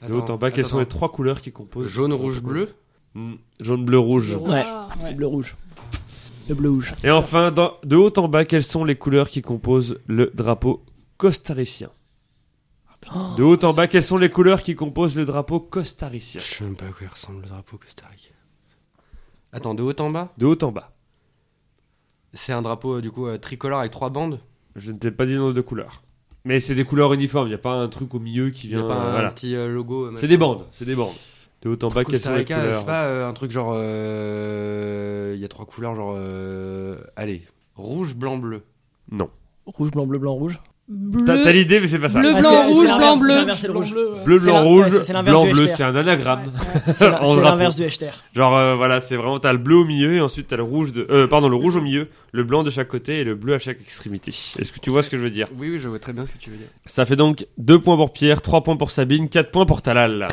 [SPEAKER 1] De haut en bas, quelles sont les trois couleurs qui composent
[SPEAKER 6] Jaune, rouge, bleu.
[SPEAKER 1] Hmm, Jaune, bleu, rouge.
[SPEAKER 4] Ouais.
[SPEAKER 3] Ah.
[SPEAKER 4] C'est le bleu rouge. Le bleu rouge.
[SPEAKER 1] Et enfin, dans- de haut en bas, quelles sont les couleurs qui composent le drapeau costaricien
[SPEAKER 4] Ah.
[SPEAKER 1] De haut en bas, quelles sont les couleurs qui composent le drapeau costaricien
[SPEAKER 6] Je sais même pas à quoi il ressemble le drapeau Costa Rica. Attends, de haut en bas
[SPEAKER 1] De haut en bas.
[SPEAKER 6] C'est un drapeau euh, du coup euh, tricolore avec trois bandes.
[SPEAKER 1] Je ne t'ai pas dit le nombre de couleurs. Mais c'est des couleurs uniformes, il n'y a pas un truc au milieu qui
[SPEAKER 6] Il y a
[SPEAKER 1] vient.
[SPEAKER 6] pas un
[SPEAKER 1] voilà.
[SPEAKER 6] petit euh, logo. euh,
[SPEAKER 1] C'est
[SPEAKER 6] machin.
[SPEAKER 1] des bandes, c'est des bandes. De haut en bas, quelles
[SPEAKER 6] Costa
[SPEAKER 1] sont les
[SPEAKER 6] Rica,
[SPEAKER 1] couleurs
[SPEAKER 6] c'est pas euh, un truc genre. euh, Il y a trois couleurs, genre. euh, Allez, rouge, blanc, bleu.
[SPEAKER 1] Non.
[SPEAKER 4] Oh, Rouge, blanc, bleu, blanc, rouge.
[SPEAKER 3] Bleu.
[SPEAKER 1] T'as t'as l'idée, mais c'est pas ça.
[SPEAKER 3] Bleu,
[SPEAKER 4] Ah,
[SPEAKER 3] blanc,
[SPEAKER 4] c'est-
[SPEAKER 3] rouge,
[SPEAKER 4] c'est l'inverse,
[SPEAKER 3] blanc, bleu.
[SPEAKER 4] c'est l'inverse, c'est le rouge.
[SPEAKER 5] Bleu, ouais.
[SPEAKER 1] Bleu,
[SPEAKER 4] C'est
[SPEAKER 1] blanc,
[SPEAKER 4] la-
[SPEAKER 1] rouge,
[SPEAKER 4] ouais, c'est- c'est l'inverse
[SPEAKER 1] blanc,
[SPEAKER 4] du
[SPEAKER 1] bleu,
[SPEAKER 4] Echter.
[SPEAKER 1] c'est un anagramme.
[SPEAKER 4] C'est la-
[SPEAKER 1] En
[SPEAKER 4] c'est
[SPEAKER 1] drapeau.
[SPEAKER 4] l'inverse du Echter.
[SPEAKER 1] Genre, euh, voilà, c'est vraiment, t'as le bleu au milieu et ensuite t'as le rouge de, euh, pardon, le rouge au milieu, le blanc de chaque côté et le bleu à chaque extrémité. Est-ce que tu vois ce que je veux dire?
[SPEAKER 6] Oui, oui, je vois très bien ce que tu veux dire.
[SPEAKER 1] Ça fait donc 2 points pour Pierre, 3 points pour Sabine, 4 points pour Talal.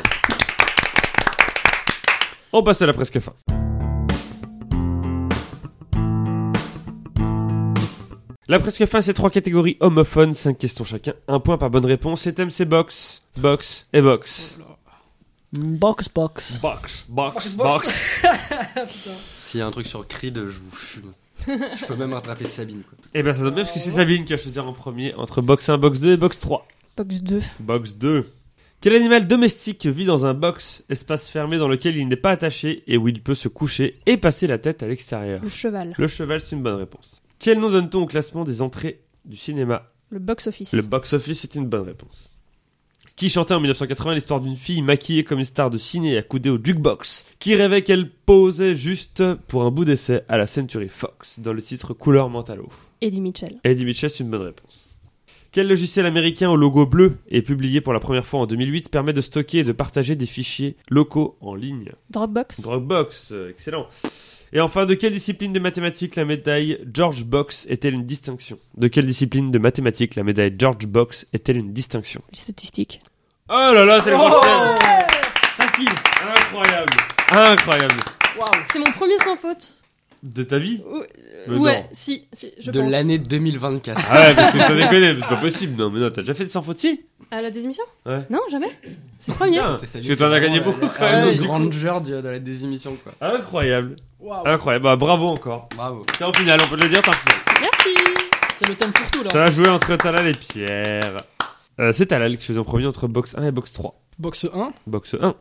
[SPEAKER 1] On passe à la presque fin. La presque fin, c'est trois catégories homophones, 5 questions chacun, un point par bonne réponse. Les thèmes, c'est box, box et box.
[SPEAKER 4] Box, box.
[SPEAKER 1] Box, box,
[SPEAKER 5] Box,
[SPEAKER 1] box.
[SPEAKER 6] S'il y a un truc sur Creed, je vous fume. je peux même rattraper Sabine. Quoi.
[SPEAKER 1] Et ben ça donne bien parce que c'est Sabine qui a choisi en premier entre box 1, box 2 et box 3.
[SPEAKER 3] Box 2.
[SPEAKER 1] Box 2. Quel animal domestique vit dans un box, espace fermé dans lequel il n'est pas attaché et où il peut se coucher et passer la tête à l'extérieur
[SPEAKER 3] Le cheval.
[SPEAKER 1] Le cheval, c'est une bonne réponse. Quel nom donne-t-on au classement des entrées du cinéma
[SPEAKER 3] Le box office.
[SPEAKER 1] Le box office, c'est une bonne réponse. qui chantait en 1980 l'histoire d'une fille maquillée comme une star de ciné et accoudée au jukebox, qui rêvait qu'elle posait juste pour un bout d'essai à la Century Fox dans le titre Couleur Mentalo.
[SPEAKER 3] Eddie Mitchell.
[SPEAKER 1] Eddie Mitchell, c'est une bonne réponse. Quel logiciel américain au logo bleu et publié pour la première fois en 2008 permet de stocker et de partager des fichiers locaux en ligne
[SPEAKER 3] Dropbox.
[SPEAKER 1] Dropbox, euh, excellent. Et enfin, de quelle discipline des mathématiques la médaille George Box est-elle une distinction De quelle discipline de mathématiques la médaille George Box est-elle une distinction
[SPEAKER 3] Les statistiques.
[SPEAKER 1] Oh là là, c'est le
[SPEAKER 5] Oh
[SPEAKER 1] prochain
[SPEAKER 5] Facile
[SPEAKER 1] Incroyable Incroyable
[SPEAKER 3] C'est mon premier sans faute.
[SPEAKER 1] De ta vie
[SPEAKER 3] Ou-
[SPEAKER 1] Mais
[SPEAKER 3] ouais,
[SPEAKER 1] non.
[SPEAKER 3] si, si, je
[SPEAKER 6] de
[SPEAKER 3] pense.
[SPEAKER 6] l'année 2024.
[SPEAKER 1] Ah ouais, parce que t'as déconné, c'est pas possible. Non, mais non, t'as déjà fait de sans faute si
[SPEAKER 3] À la démission
[SPEAKER 1] Ouais.
[SPEAKER 3] Non, jamais. C'est le premier.
[SPEAKER 1] Putain,
[SPEAKER 6] T'es
[SPEAKER 1] Parce
[SPEAKER 6] salué,
[SPEAKER 1] que t'en as
[SPEAKER 6] c'est
[SPEAKER 1] gagné
[SPEAKER 6] vraiment,
[SPEAKER 1] beaucoup
[SPEAKER 6] euh,
[SPEAKER 1] quand même.
[SPEAKER 6] un
[SPEAKER 1] donc, du
[SPEAKER 6] autre
[SPEAKER 1] coup-
[SPEAKER 6] grand jeu de de la désémission, quoi.
[SPEAKER 1] Incroyable
[SPEAKER 5] Waouh
[SPEAKER 1] Incroyable, bah, bravo encore.
[SPEAKER 6] Bravo.
[SPEAKER 1] T'es en finale, on peut te le dire, t'es en finale.
[SPEAKER 3] Merci.
[SPEAKER 5] C'est le thème fourre-tout là
[SPEAKER 1] Ça a joué entre Talal et Pierre. Euh, c'est Talal qui faisait en premier entre box 1 et box 3.
[SPEAKER 5] Box 1.
[SPEAKER 1] Box 1.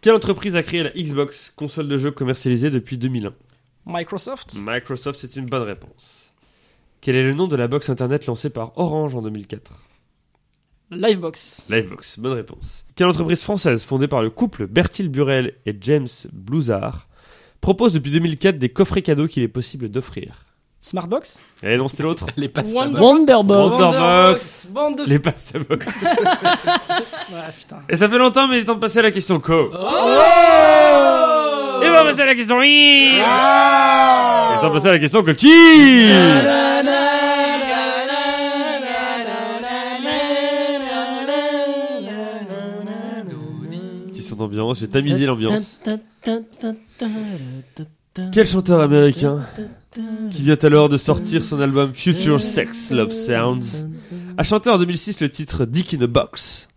[SPEAKER 1] Quelle entreprise a créé la Xbox, console de jeu commercialisée depuis 2001
[SPEAKER 5] Microsoft.
[SPEAKER 1] Microsoft, c'est une bonne réponse. Quel est le nom de la box internet lancée par Orange en 2004 Mm.
[SPEAKER 5] Livebox.
[SPEAKER 1] Livebox, bonne réponse. Quelle entreprise française fondée par le couple Bertil Burel et James Blouzard propose depuis 2004 des coffrets cadeaux qu'il est possible d'offrir
[SPEAKER 5] Smartbox.
[SPEAKER 1] Eh non, c'était l'autre
[SPEAKER 6] Les passes
[SPEAKER 3] Wonder-
[SPEAKER 6] tabac.
[SPEAKER 4] Wonderbox.
[SPEAKER 1] Wonderbox.
[SPEAKER 5] Bande de...
[SPEAKER 1] Les pasta box.
[SPEAKER 5] Ouais, putain.
[SPEAKER 1] Et ça fait longtemps, mais il est temps de passer à la question co.
[SPEAKER 5] Oh
[SPEAKER 1] Et on va passer à la question oui.
[SPEAKER 6] Ah.
[SPEAKER 1] Et on va passer à la question coquille.
[SPEAKER 6] Ah.
[SPEAKER 1] Petit son d'ambiance, j'ai tamisé l'ambiance. Quel chanteur américain qui vient alors de sortir son album Future Sex Love Sounds a chanté en 2006 le titre Dick in a Box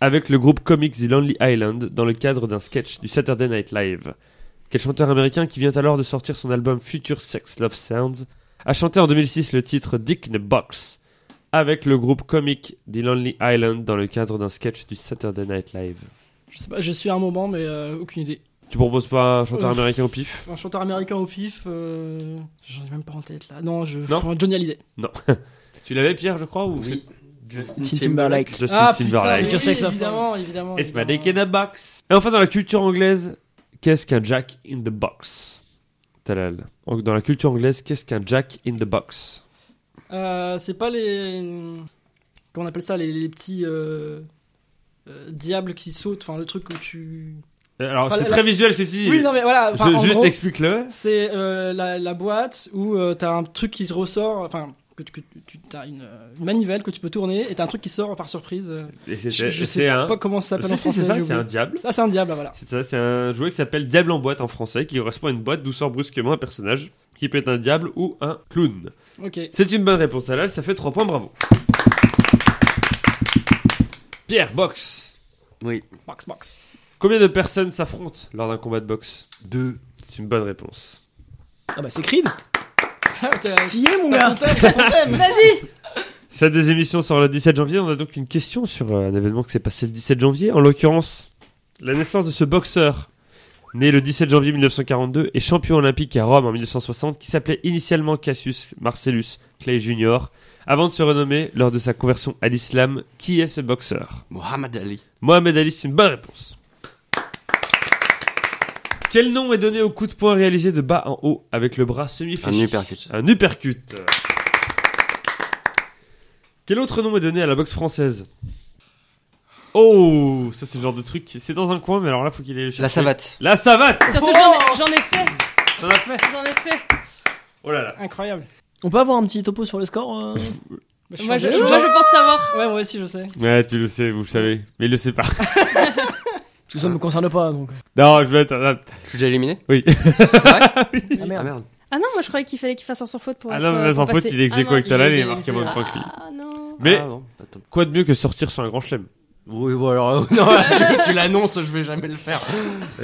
[SPEAKER 1] avec le groupe comique The Lonely Island dans le cadre d'un sketch du Saturday Night Live. Quel chanteur américain qui vient alors de sortir son album Future Sex Love Sounds a chanté en 2006 le titre Dick in a Box avec le groupe comique The Lonely Island dans le cadre d'un sketch du Saturday Night Live.
[SPEAKER 5] Je sais pas, je suis à un moment, mais euh, aucune idée.
[SPEAKER 1] Tu proposes pas un chanteur
[SPEAKER 5] Euh,
[SPEAKER 1] américain au pif
[SPEAKER 5] Un chanteur américain au pif, euh, j'en ai même pas en tête là. Non, je.
[SPEAKER 1] Non
[SPEAKER 5] Johnny Hallyday.
[SPEAKER 1] Tu l'avais Pierre je crois ou
[SPEAKER 6] Oui. Justin
[SPEAKER 4] Tim Timberlake.
[SPEAKER 1] c'est Justin
[SPEAKER 5] ah,
[SPEAKER 1] Timberlake
[SPEAKER 5] Putain,
[SPEAKER 4] Future
[SPEAKER 5] mais
[SPEAKER 4] Sex
[SPEAKER 5] oui,
[SPEAKER 4] Love
[SPEAKER 5] évidemment, évidemment.
[SPEAKER 1] It's my
[SPEAKER 5] évidemment.
[SPEAKER 1] dick in a box. Et enfin, dans la culture anglaise, qu'est-ce qu'un Jack in the box Talal. Donc, Dans la culture anglaise, qu'est-ce qu'un Jack in the box
[SPEAKER 5] Euh, c'est pas les. Comment on appelle ça Les, les petits. euh, euh, diables qui sautent, enfin le truc où tu.
[SPEAKER 1] Euh, Alors,
[SPEAKER 5] Enfin,
[SPEAKER 1] c'est
[SPEAKER 5] la-
[SPEAKER 1] très visuel ce que tu dis.
[SPEAKER 5] Oui, non mais voilà. enfin,
[SPEAKER 1] Je-
[SPEAKER 5] en
[SPEAKER 1] juste
[SPEAKER 5] gros,
[SPEAKER 1] explique-le.
[SPEAKER 5] C'est euh, la, la boîte où euh, t'as un truc qui se ressort, enfin, que, tu- que tu t'as une, euh, une manivelle que tu peux tourner et t'as un truc qui sort par surprise. euh,
[SPEAKER 1] Et c'est-
[SPEAKER 5] Je, je
[SPEAKER 1] c'est
[SPEAKER 5] sais
[SPEAKER 1] c'est un.
[SPEAKER 5] pas comment ça s'appelle en
[SPEAKER 1] Si, si,
[SPEAKER 5] français.
[SPEAKER 1] c'est ça,
[SPEAKER 5] j'ai
[SPEAKER 1] c'est un
[SPEAKER 5] oublié.
[SPEAKER 1] diable.
[SPEAKER 5] Ah, c'est un diable, voilà.
[SPEAKER 1] C'est ça, c'est un jouet qui s'appelle Diable en boîte en français, qui correspond à une boîte d'où sort brusquement un personnage qui peut être un diable ou un clown.
[SPEAKER 5] Ok.
[SPEAKER 1] C'est une bonne réponse, Talal, ça fait 3 points, bravo. Pierre, box.
[SPEAKER 6] Oui.
[SPEAKER 5] Box, box.
[SPEAKER 1] Combien de personnes s'affrontent lors d'un combat de boxe
[SPEAKER 6] Deux.
[SPEAKER 1] C'est une bonne réponse.
[SPEAKER 4] Ah bah c'est Creed.
[SPEAKER 5] Ah, t'as-
[SPEAKER 4] T'y es mon
[SPEAKER 5] t'as
[SPEAKER 4] gars.
[SPEAKER 5] ton thème, t'as ton thème.
[SPEAKER 3] Vas-y.
[SPEAKER 1] Cette des émissions sort le 17 janvier. On a donc une question sur euh, un événement qui s'est passé le 17 janvier. En l'occurrence, la naissance de ce boxeur, né le 17 janvier 1942 et champion olympique à Rome en 1960, qui s'appelait initialement Cassius Marcellus Clay Jr., avant de se renommer lors de sa conversion à l'islam. Qui est ce boxeur
[SPEAKER 6] Mohamed Ali.
[SPEAKER 1] Mohamed Ali, c'est une bonne réponse. Quel nom est donné au coup de poing réalisé de bas en haut avec le bras semi-fléchi
[SPEAKER 6] Un uppercut.
[SPEAKER 1] Un uppercut. Quel autre nom est donné à la boxe française Oh, ça c'est le genre de truc. qui- C'est dans un coin, mais alors là faut qu'il ait.
[SPEAKER 6] La savate.
[SPEAKER 1] La savate.
[SPEAKER 3] Surtout, j'en ai- j'en ai fait.
[SPEAKER 1] T'en as fait
[SPEAKER 3] J'en ai fait.
[SPEAKER 1] Oh là là.
[SPEAKER 5] Incroyable.
[SPEAKER 4] On peut avoir un petit topo sur le score euh
[SPEAKER 5] Bah,
[SPEAKER 3] Moi, je,
[SPEAKER 5] en-
[SPEAKER 3] moi, je pense savoir.
[SPEAKER 5] Ouais, moi aussi, je sais.
[SPEAKER 1] Ouais, tu le sais, vous le savez, mais il le sait pas.
[SPEAKER 4] Tout ça me concerne pas donc.
[SPEAKER 1] Non, je vais être.
[SPEAKER 6] Je suis déjà éliminé
[SPEAKER 1] Oui.
[SPEAKER 6] C'est vrai
[SPEAKER 4] Ah
[SPEAKER 6] Ah
[SPEAKER 4] merde.
[SPEAKER 6] merde.
[SPEAKER 3] Ah non, moi, je croyais qu'il fallait qu'il fasse un sans faute pour.
[SPEAKER 1] Ah
[SPEAKER 3] être,
[SPEAKER 1] non,
[SPEAKER 3] euh,
[SPEAKER 1] mais sans
[SPEAKER 3] pour
[SPEAKER 1] faute,
[SPEAKER 3] passer.
[SPEAKER 1] il est
[SPEAKER 3] Ah
[SPEAKER 1] exéco avec
[SPEAKER 5] mince,
[SPEAKER 1] Talal et
[SPEAKER 5] il est
[SPEAKER 1] il marque à moins de points que lui.
[SPEAKER 3] Ah non.
[SPEAKER 1] Mais
[SPEAKER 6] Ah, bon, pas top.
[SPEAKER 1] quoi de mieux que sortir sur un grand chelem
[SPEAKER 6] Oui, bon alors. euh, non, tu, tu l'annonces, je vais jamais le faire.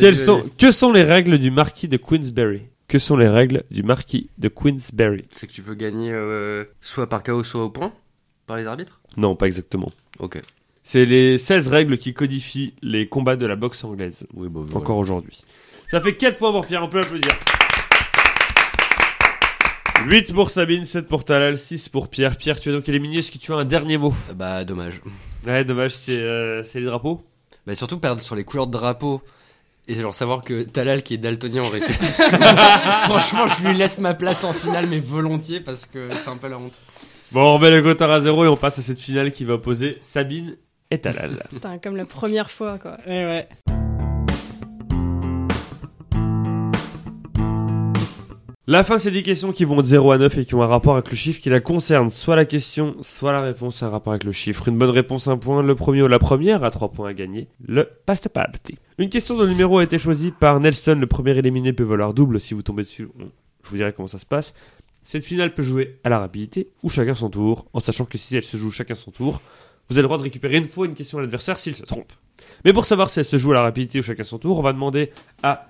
[SPEAKER 1] Quelles
[SPEAKER 6] Vas-y,
[SPEAKER 1] sont,
[SPEAKER 6] vas-y.
[SPEAKER 1] que sont les règles du marquis de Queensberry Que sont les règles du marquis de Queensberry
[SPEAKER 6] C'est que tu peux gagner euh, soit par KO, soit au point par les arbitres.
[SPEAKER 1] Non, pas exactement.
[SPEAKER 6] Ok.
[SPEAKER 1] C'est les 16 règles qui codifient les combats de la boxe anglaise,
[SPEAKER 6] Oui, bon. voilà.
[SPEAKER 1] encore aujourd'hui. Ça fait 4 points pour Pierre, on peut l'applaudir. 8 pour Sabine, 7 pour Talal, 6 pour Pierre. Pierre, tu es donc éliminé. Est-ce que tu as un dernier mot
[SPEAKER 6] Bah, dommage.
[SPEAKER 1] Ouais, dommage, c'est euh, c'est les drapeaux.
[SPEAKER 6] Bah, surtout perdre sur les couleurs de drapeau. Et genre savoir que Talal qui est daltonien aurait fait. plus. Franchement, je lui laisse ma place en finale, mais volontiers parce que c'est un peu la honte.
[SPEAKER 1] Bon, on remet le Gotard à zéro et on passe à cette finale qui va opposer Sabine et Talal.
[SPEAKER 3] Putain, comme la première fois, quoi.
[SPEAKER 5] Eh ouais.
[SPEAKER 1] La fin, c'est des questions qui vont de 0 à 9 et qui ont un rapport avec le chiffre qui la concerne. Soit la question, soit la réponse a un rapport avec le chiffre. Une bonne réponse, un point. Le premier ou la première à 3 points à gagner. Le pasta party. Une question dont le numéro a été choisi par Nelson. Le premier éliminé peut valoir double. Si vous tombez dessus, on- je vous dirai comment ça se passe. Cette finale peut jouer à la rapidité ou chacun son tour, en sachant que si elle se joue chacun son tour, vous avez le droit de récupérer une fois une question à l'adversaire s'il se trompe. Mais pour savoir si elle se joue à la rapidité ou chacun son tour, on va demander à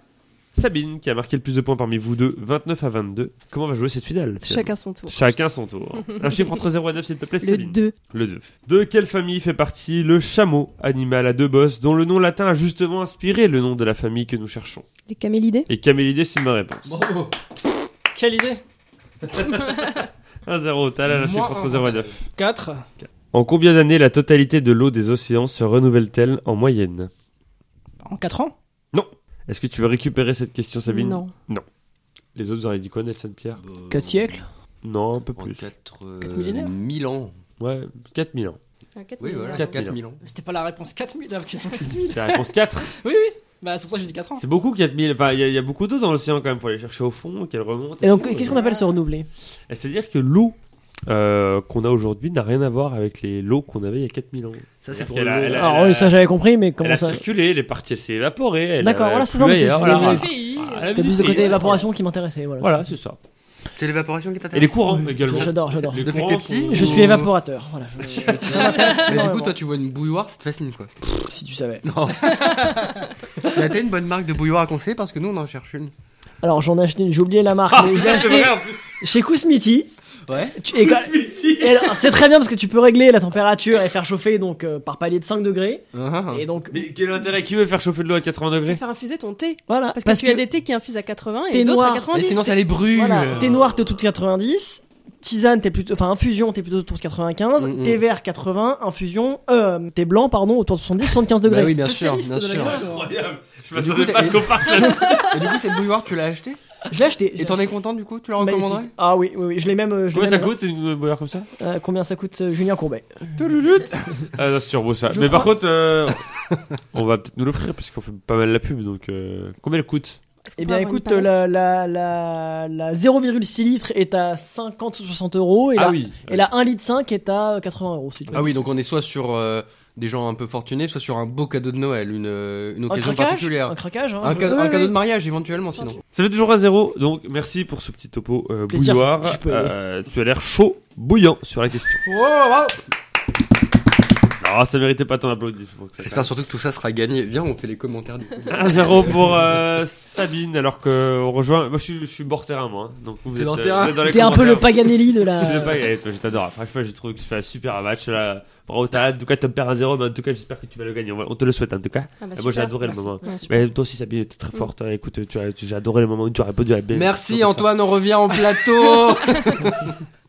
[SPEAKER 1] Sabine, qui a marqué le plus de points parmi vous deux, 29 à 22, comment va jouer cette finale finalement
[SPEAKER 3] Chacun son tour.
[SPEAKER 1] Chacun son tour. Un chiffre entre 0 et 9, s'il te plaît,
[SPEAKER 3] Le
[SPEAKER 1] Sabine.
[SPEAKER 3] 2.
[SPEAKER 1] Le 2. De quelle famille fait partie le chameau, animal à deux bosses, dont le nom latin a justement inspiré le nom de la famille que nous cherchons
[SPEAKER 3] Les camélidés
[SPEAKER 1] Et Camélidés, c'est une bonne réponse.
[SPEAKER 2] Bravo.
[SPEAKER 5] Quelle idée
[SPEAKER 1] 1-0, t'as là le chiffre entre 0 et 9.
[SPEAKER 5] 4.
[SPEAKER 1] En combien d'années la totalité de l'eau des océans se renouvelle-t-elle en moyenne
[SPEAKER 5] En 4 ans
[SPEAKER 1] Est-ce que tu veux récupérer cette question, Sabine
[SPEAKER 3] Non.
[SPEAKER 1] Les autres auraient dit quoi, Nelson Pierre
[SPEAKER 4] 4 siècles
[SPEAKER 1] Non, un peu
[SPEAKER 6] En
[SPEAKER 1] plus.
[SPEAKER 6] 4
[SPEAKER 5] Quatre millénaires
[SPEAKER 6] ans.
[SPEAKER 1] Ouais, 4000 ans.
[SPEAKER 3] Ah,
[SPEAKER 6] Oui, voilà,
[SPEAKER 1] Quatre
[SPEAKER 6] 4000 ans.
[SPEAKER 5] C'était pas la réponse 4000, la question 4000.
[SPEAKER 1] C'est la réponse 4.
[SPEAKER 5] Oui, oui. Bah, c'est pour ça que j'ai dit 4 ans.
[SPEAKER 1] C'est beaucoup 4000. Enfin, il y, a- il y a beaucoup d'eau dans l'océan quand même. Faut aller chercher au fond, qu'elle remonte.
[SPEAKER 4] Et donc, qu'est-ce qu'on appelle se renouveler
[SPEAKER 1] Et C'est-à-dire que l'eau euh, qu'on a aujourd'hui n'a rien à voir avec les l'eau qu'on avait il y a 4000 ans.
[SPEAKER 6] Ça, c'est
[SPEAKER 1] C'est-à-dire
[SPEAKER 6] pour
[SPEAKER 1] qu'elle
[SPEAKER 6] le-
[SPEAKER 1] a- elle a-
[SPEAKER 4] Alors, Euh, ah, ça j'avais compris, mais
[SPEAKER 1] Elle
[SPEAKER 4] comment
[SPEAKER 1] a
[SPEAKER 4] ça
[SPEAKER 1] circulé, elle est partie, elle s'est évaporée. elle
[SPEAKER 4] D'accord,
[SPEAKER 1] a
[SPEAKER 4] voilà, c'est
[SPEAKER 1] plu
[SPEAKER 4] ça, mais c'est-
[SPEAKER 1] ailleurs,
[SPEAKER 4] c'est
[SPEAKER 1] voilà.
[SPEAKER 4] des-
[SPEAKER 1] Voilà.
[SPEAKER 3] Pays.
[SPEAKER 1] Ah, elle a
[SPEAKER 4] C'était
[SPEAKER 1] vu
[SPEAKER 4] plus
[SPEAKER 1] du
[SPEAKER 4] le côté
[SPEAKER 1] pays,
[SPEAKER 4] évaporation qui m'intéressait. Voilà.
[SPEAKER 1] Voilà, c'est ça.
[SPEAKER 6] C'est l'évaporation qui t'intéresse
[SPEAKER 1] Et les courants également.
[SPEAKER 4] J'adore, j'adore.
[SPEAKER 1] Les
[SPEAKER 6] Depuis
[SPEAKER 1] courants
[SPEAKER 6] que t'es petit,
[SPEAKER 1] sont-
[SPEAKER 4] Je suis évaporateur. Voilà. je- ça m'intéresse
[SPEAKER 6] Mais du
[SPEAKER 4] énormément.
[SPEAKER 6] coup, toi, tu vois une bouilloire, ça te fascine quoi.
[SPEAKER 4] si tu savais.
[SPEAKER 6] Non. Mais T'as une bonne marque de bouilloire à conseiller parce que nous, on en cherche une.
[SPEAKER 4] Alors, j'en ai acheté une, j'ai oublié la marque,
[SPEAKER 1] Ah,
[SPEAKER 4] mais je l'ai
[SPEAKER 1] putain, c'est
[SPEAKER 4] acheté
[SPEAKER 1] vrai, en plus.
[SPEAKER 4] chez Kousmiti.
[SPEAKER 6] Ouais.
[SPEAKER 4] Tu- et quand- et alors, C'est très bien parce que tu peux régler la température et faire chauffer donc euh, par palier de 5 degrés.
[SPEAKER 6] Ah.
[SPEAKER 4] Et donc,
[SPEAKER 1] Mais quel intérêt qui veut faire chauffer de l'eau à 80
[SPEAKER 3] Tu peux
[SPEAKER 1] degrés
[SPEAKER 3] faire infuser ton thé.
[SPEAKER 4] voilà.
[SPEAKER 3] Parce que tu as des thés qui infusent à 80
[SPEAKER 4] Thé
[SPEAKER 3] et d'autres
[SPEAKER 4] noir.
[SPEAKER 3] à
[SPEAKER 6] Mais
[SPEAKER 3] 90.
[SPEAKER 6] sinon, ça les brûle.
[SPEAKER 4] Voilà, thé noir t'es tout de 90, tisane t'es plutôt, enfin infusion t'es plutôt autour de 95,
[SPEAKER 6] Mm, mm.
[SPEAKER 4] thé vert 80, infusion, euh, thé blanc pardon autour de 70, 75 degrés.
[SPEAKER 6] Bah oui, bien sûr,
[SPEAKER 5] Spécialiste
[SPEAKER 6] bien
[SPEAKER 5] de la
[SPEAKER 6] sûr.
[SPEAKER 5] question.
[SPEAKER 1] Incroyable. Je
[SPEAKER 6] Mais du
[SPEAKER 1] m'attendais
[SPEAKER 6] coup,
[SPEAKER 1] pas à ce
[SPEAKER 6] t'as-
[SPEAKER 1] qu'on parte
[SPEAKER 6] Et du coup, cette bouilloire, tu l'as achetée
[SPEAKER 4] Je l'ai acheté.
[SPEAKER 6] Et t'en es content du coup Tu la
[SPEAKER 4] Magnifique.
[SPEAKER 6] recommanderais
[SPEAKER 4] Ah oui, oui, oui, je l'ai même. euh, Je l'ai
[SPEAKER 1] Combien ça
[SPEAKER 4] même-
[SPEAKER 1] coûte une bouilloire comme ça
[SPEAKER 4] Euh, Combien ça coûte, euh, Julien Courbet Eh
[SPEAKER 1] Ah, non, c'est sur beau ça.
[SPEAKER 4] Je
[SPEAKER 1] Mais par
[SPEAKER 4] crois-
[SPEAKER 1] contre, euh, on va peut-être nous l'offrir parce qu'on fait pas mal la pub. Donc, euh, combien elle coûte
[SPEAKER 3] Est-ce qu'on peut
[SPEAKER 4] Eh bien
[SPEAKER 3] avoir une
[SPEAKER 4] écoute,
[SPEAKER 3] palette
[SPEAKER 6] euh,
[SPEAKER 4] la, la, la, la 0,6 litres est à 50 ou 60 euros et la,
[SPEAKER 1] Ah oui.
[SPEAKER 4] et la 1 litre 5 est à 80 euros. si tu veux.
[SPEAKER 6] Ah oui, donc on est soit sur euh, des gens un peu fortunés, soit sur un beau cadeau de Noël, une, euh, une
[SPEAKER 4] un
[SPEAKER 6] occasion
[SPEAKER 4] craquage, un
[SPEAKER 6] particulière.
[SPEAKER 4] craquage. hein,
[SPEAKER 6] Un,
[SPEAKER 4] je-
[SPEAKER 6] ca-
[SPEAKER 3] Oui,
[SPEAKER 6] un
[SPEAKER 3] oui.
[SPEAKER 6] cadeau de mariage éventuellement sinon.
[SPEAKER 1] Ça fait toujours à zéro. Donc, merci pour ce petit topo euh,
[SPEAKER 4] Plaisir,
[SPEAKER 1] bouilloire.
[SPEAKER 4] je peux-
[SPEAKER 1] Euh, tu as l'air chaud, bouillant sur la question. Ah, ça méritait pas ton applaudissement. que ça
[SPEAKER 6] J'espère surtout que tout ça sera gagné. Viens, on fait les commentaires du coup.
[SPEAKER 1] 1-0 pour euh, Sabine, alors qu'on rejoint. Moi, je suis, je suis bord terrain, moi. hein. Donc, vous
[SPEAKER 6] T'es
[SPEAKER 1] êtes,
[SPEAKER 6] dans le
[SPEAKER 1] euh,
[SPEAKER 6] terrain.
[SPEAKER 1] vous êtes dans les
[SPEAKER 4] T'es un peu le
[SPEAKER 1] commentaires.
[SPEAKER 4] Paganelli de
[SPEAKER 1] Je suis le
[SPEAKER 4] la.
[SPEAKER 1] pack. Eh, toi, je t'adore. Franchement, j'ai trouvé que tu fais un super match. Là. Bravo, t'as hâte. En tout cas, tu me perds un 0 mais en tout cas, j'espère que tu vas le gagner. On va- on te le souhaite, en tout cas.
[SPEAKER 3] Ah bah
[SPEAKER 1] Ah, moi, j'ai
[SPEAKER 3] super,
[SPEAKER 1] adoré le
[SPEAKER 3] merci. Mm.
[SPEAKER 1] moment.
[SPEAKER 3] Ouais, super.
[SPEAKER 1] Mais toi aussi, Sabine, t'es très forte. hein. Écoute, tu as- tu- j'ai adoré le moment où tu as répondu à la belle.
[SPEAKER 6] Merci
[SPEAKER 1] Donc,
[SPEAKER 6] Antoine, on revient en plateau.
[SPEAKER 1] ça.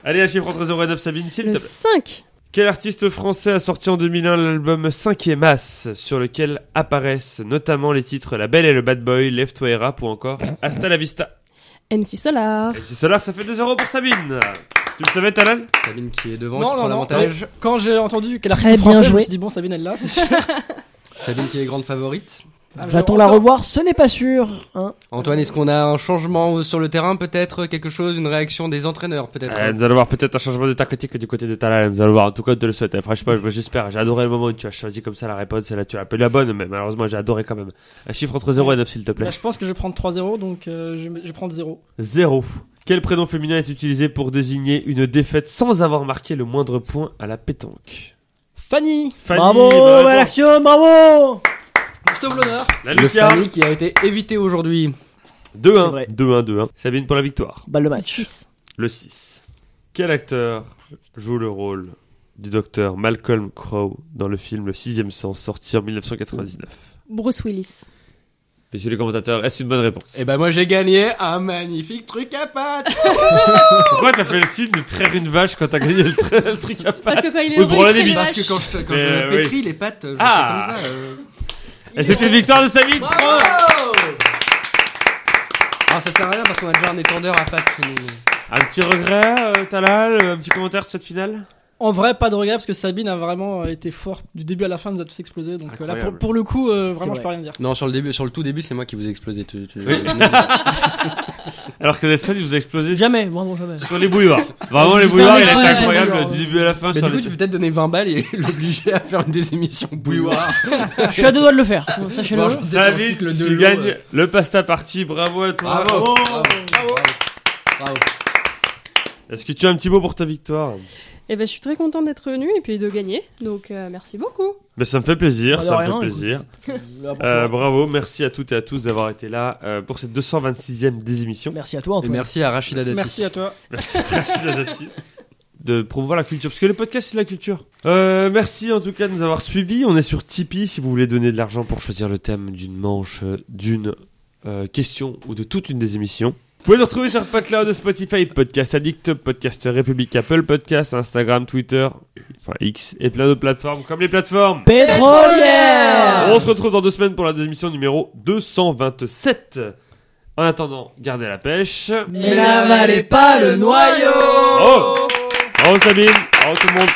[SPEAKER 1] Allez, un chiffre entre 0 et 9, Sabine, s'il te
[SPEAKER 3] Le
[SPEAKER 1] plaît.
[SPEAKER 3] 5.
[SPEAKER 1] Quel artiste français a sorti en 2001 l'album 5ème As, sur lequel apparaissent notamment les titres La Belle et le Bad Boy, Left Toi et Rap ou encore Hasta la Vista
[SPEAKER 3] MC Solar.
[SPEAKER 1] Et petit Solar, ça fait 2 euros pour Sabine Tu le savais, Talan
[SPEAKER 6] Sabine qui est devant,
[SPEAKER 5] Non,
[SPEAKER 6] qui
[SPEAKER 5] non,
[SPEAKER 6] prend
[SPEAKER 5] non.
[SPEAKER 6] l'avantage.
[SPEAKER 5] Quand j'ai entendu qu'elle
[SPEAKER 4] Très
[SPEAKER 5] artiste
[SPEAKER 4] bien
[SPEAKER 5] français, je me
[SPEAKER 4] joué.
[SPEAKER 5] suis dit, bon, Sabine, elle là, c'est sûr.
[SPEAKER 6] Sabine qui est grande favorite.
[SPEAKER 5] Ah,
[SPEAKER 4] Va-t-on
[SPEAKER 5] genre,
[SPEAKER 4] la
[SPEAKER 5] encore-
[SPEAKER 4] revoir Ce n'est pas sûr. Hein.
[SPEAKER 6] Antoine, est-ce qu'on a un changement sur le terrain peut-être Quelque chose Une réaction des entraîneurs peut-être
[SPEAKER 1] Euh, Nous allons voir peut-être un changement de tactique du côté de Talan, nous allons voir, en tout cas, on te le souhaite. hein. Franchement, moi, j'espère, j'ai adoré le moment où tu as choisi comme ça la réponse, et là tu as appelé la bonne, mais malheureusement, j'ai adoré quand même. Un chiffre entre 0 et 9, s'il te plaît.
[SPEAKER 5] Là, Bah, je pense que je vais prendre 3-0, donc euh, je, vais- je vais prendre 0.
[SPEAKER 1] 0. Quel prénom féminin est utilisé pour désigner une défaite sans avoir marqué le moindre point à la pétanque
[SPEAKER 5] Fanny
[SPEAKER 1] Fanny,
[SPEAKER 4] bravo,
[SPEAKER 6] bah,
[SPEAKER 1] bonne réponse.
[SPEAKER 4] Malaxion, bravo
[SPEAKER 5] je sauve l'honneur.
[SPEAKER 1] La
[SPEAKER 6] Le
[SPEAKER 1] Lucas
[SPEAKER 6] famille qui a été évité aujourd'hui.
[SPEAKER 4] C'est vrai.
[SPEAKER 1] 2-1, 2-1, 2-1. Sabine pour la victoire.
[SPEAKER 4] Balle de
[SPEAKER 3] Le
[SPEAKER 4] match.
[SPEAKER 3] 6.
[SPEAKER 1] Le 6. Quel acteur joue le rôle du docteur Malcolm Crowe dans le film Le Sixième Sens sorti en 1999
[SPEAKER 3] Bruce Willis.
[SPEAKER 1] Monsieur le commentateur, est-ce une bonne réponse
[SPEAKER 6] Et ben moi j'ai gagné un magnifique truc à pâte.
[SPEAKER 1] Pourquoi t'as fait le signe de traire une vache quand t'as gagné le, tra- le truc à
[SPEAKER 3] Parce
[SPEAKER 1] part
[SPEAKER 3] que quand il est
[SPEAKER 1] Oui,
[SPEAKER 3] heureux,
[SPEAKER 1] branle
[SPEAKER 3] il fait
[SPEAKER 1] des
[SPEAKER 3] des
[SPEAKER 1] bites,
[SPEAKER 6] Ah, Parce
[SPEAKER 3] vaches.
[SPEAKER 6] que quand je, quand
[SPEAKER 1] Mais,
[SPEAKER 6] je
[SPEAKER 1] euh,
[SPEAKER 6] pétris les pâtes, je
[SPEAKER 1] Ah.
[SPEAKER 6] fais comme ça. euh.
[SPEAKER 1] Et c'était une victoire de Samy
[SPEAKER 6] Bravo Alors Ah, ça sert à rien parce qu'on a déjà un étendeur à pâte chez nous.
[SPEAKER 1] Un petit regret, euh, Talal Un petit commentaire sur cette finale
[SPEAKER 5] En vrai, pas de regret parce que Sabine a vraiment euh, été forte du début à la fin, nous a tous explosé. Donc euh, là, pour,
[SPEAKER 6] Incroyable.
[SPEAKER 5] pour le coup, euh, vraiment,
[SPEAKER 4] C'est
[SPEAKER 5] je peux rien dire.
[SPEAKER 6] Non, sur le début, sur le tout début, c'est moi qui vous ai explosé. Tu, tu-
[SPEAKER 1] Oui. Alors que Nelson, il vous a explosé
[SPEAKER 4] Jamais, vraiment jamais.
[SPEAKER 1] sur les bouilloires. Vraiment, les bouilloires, il était
[SPEAKER 4] Ouais,
[SPEAKER 1] incroyable
[SPEAKER 4] bouilloires.
[SPEAKER 1] du début à la fin.
[SPEAKER 6] Mais
[SPEAKER 1] Sur
[SPEAKER 6] du coup,
[SPEAKER 1] les...
[SPEAKER 6] tu peux peut-être donner 20 balles et l'obliger à faire une des émissions bouilloire.
[SPEAKER 4] Je suis à deux doigts de le faire. Sachez-le.
[SPEAKER 6] Bon, je disais sur le
[SPEAKER 1] David,
[SPEAKER 6] cycle de
[SPEAKER 1] tu
[SPEAKER 6] l'eau,
[SPEAKER 1] gagnes
[SPEAKER 6] euh,
[SPEAKER 1] le pasta party. Bravo à toi.
[SPEAKER 6] Bravo,
[SPEAKER 1] Oh.
[SPEAKER 6] bravo, bravo. bravo.
[SPEAKER 1] Est-ce que tu as un petit mot pour ta victoire
[SPEAKER 3] Et ben, je suis très contente d'être venue et puis de gagner. Donc, euh, merci beaucoup.
[SPEAKER 1] ben, Ça me fait plaisir,
[SPEAKER 4] Bah, de
[SPEAKER 1] ça me
[SPEAKER 4] rien,
[SPEAKER 1] fait
[SPEAKER 4] écoute.
[SPEAKER 1] plaisir.
[SPEAKER 4] Là, pour
[SPEAKER 1] Euh,
[SPEAKER 4] toi.
[SPEAKER 1] bravo, merci à toutes et à tous d'avoir été là euh, pour cette 226e des émissions.
[SPEAKER 4] Merci à toi,
[SPEAKER 6] Et
[SPEAKER 4] Antoine.
[SPEAKER 6] merci à Rachida Dati.
[SPEAKER 5] Merci à toi.
[SPEAKER 1] Merci Rachida Dati de promouvoir la culture, parce que le podcast c'est de la culture. Euh, merci en tout cas de nous avoir suivis. On est sur Tipeee si vous voulez donner de l'argent pour choisir le thème d'une manche, euh, d'une euh, question ou de toute une des émissions. Vous pouvez nous retrouver sur PodCloud, Spotify, Podcast Addict, Podcast République, Apple Podcast, Instagram, Twitter, enfin X et plein d'autres plateformes comme les plateformes.
[SPEAKER 4] Pétrolière
[SPEAKER 1] On se retrouve dans deux semaines pour la émission numéro 227. En attendant, gardez la pêche.
[SPEAKER 4] Mais n'avalez pas le noyau
[SPEAKER 1] Oh Bravo Sabine Bravo tout le monde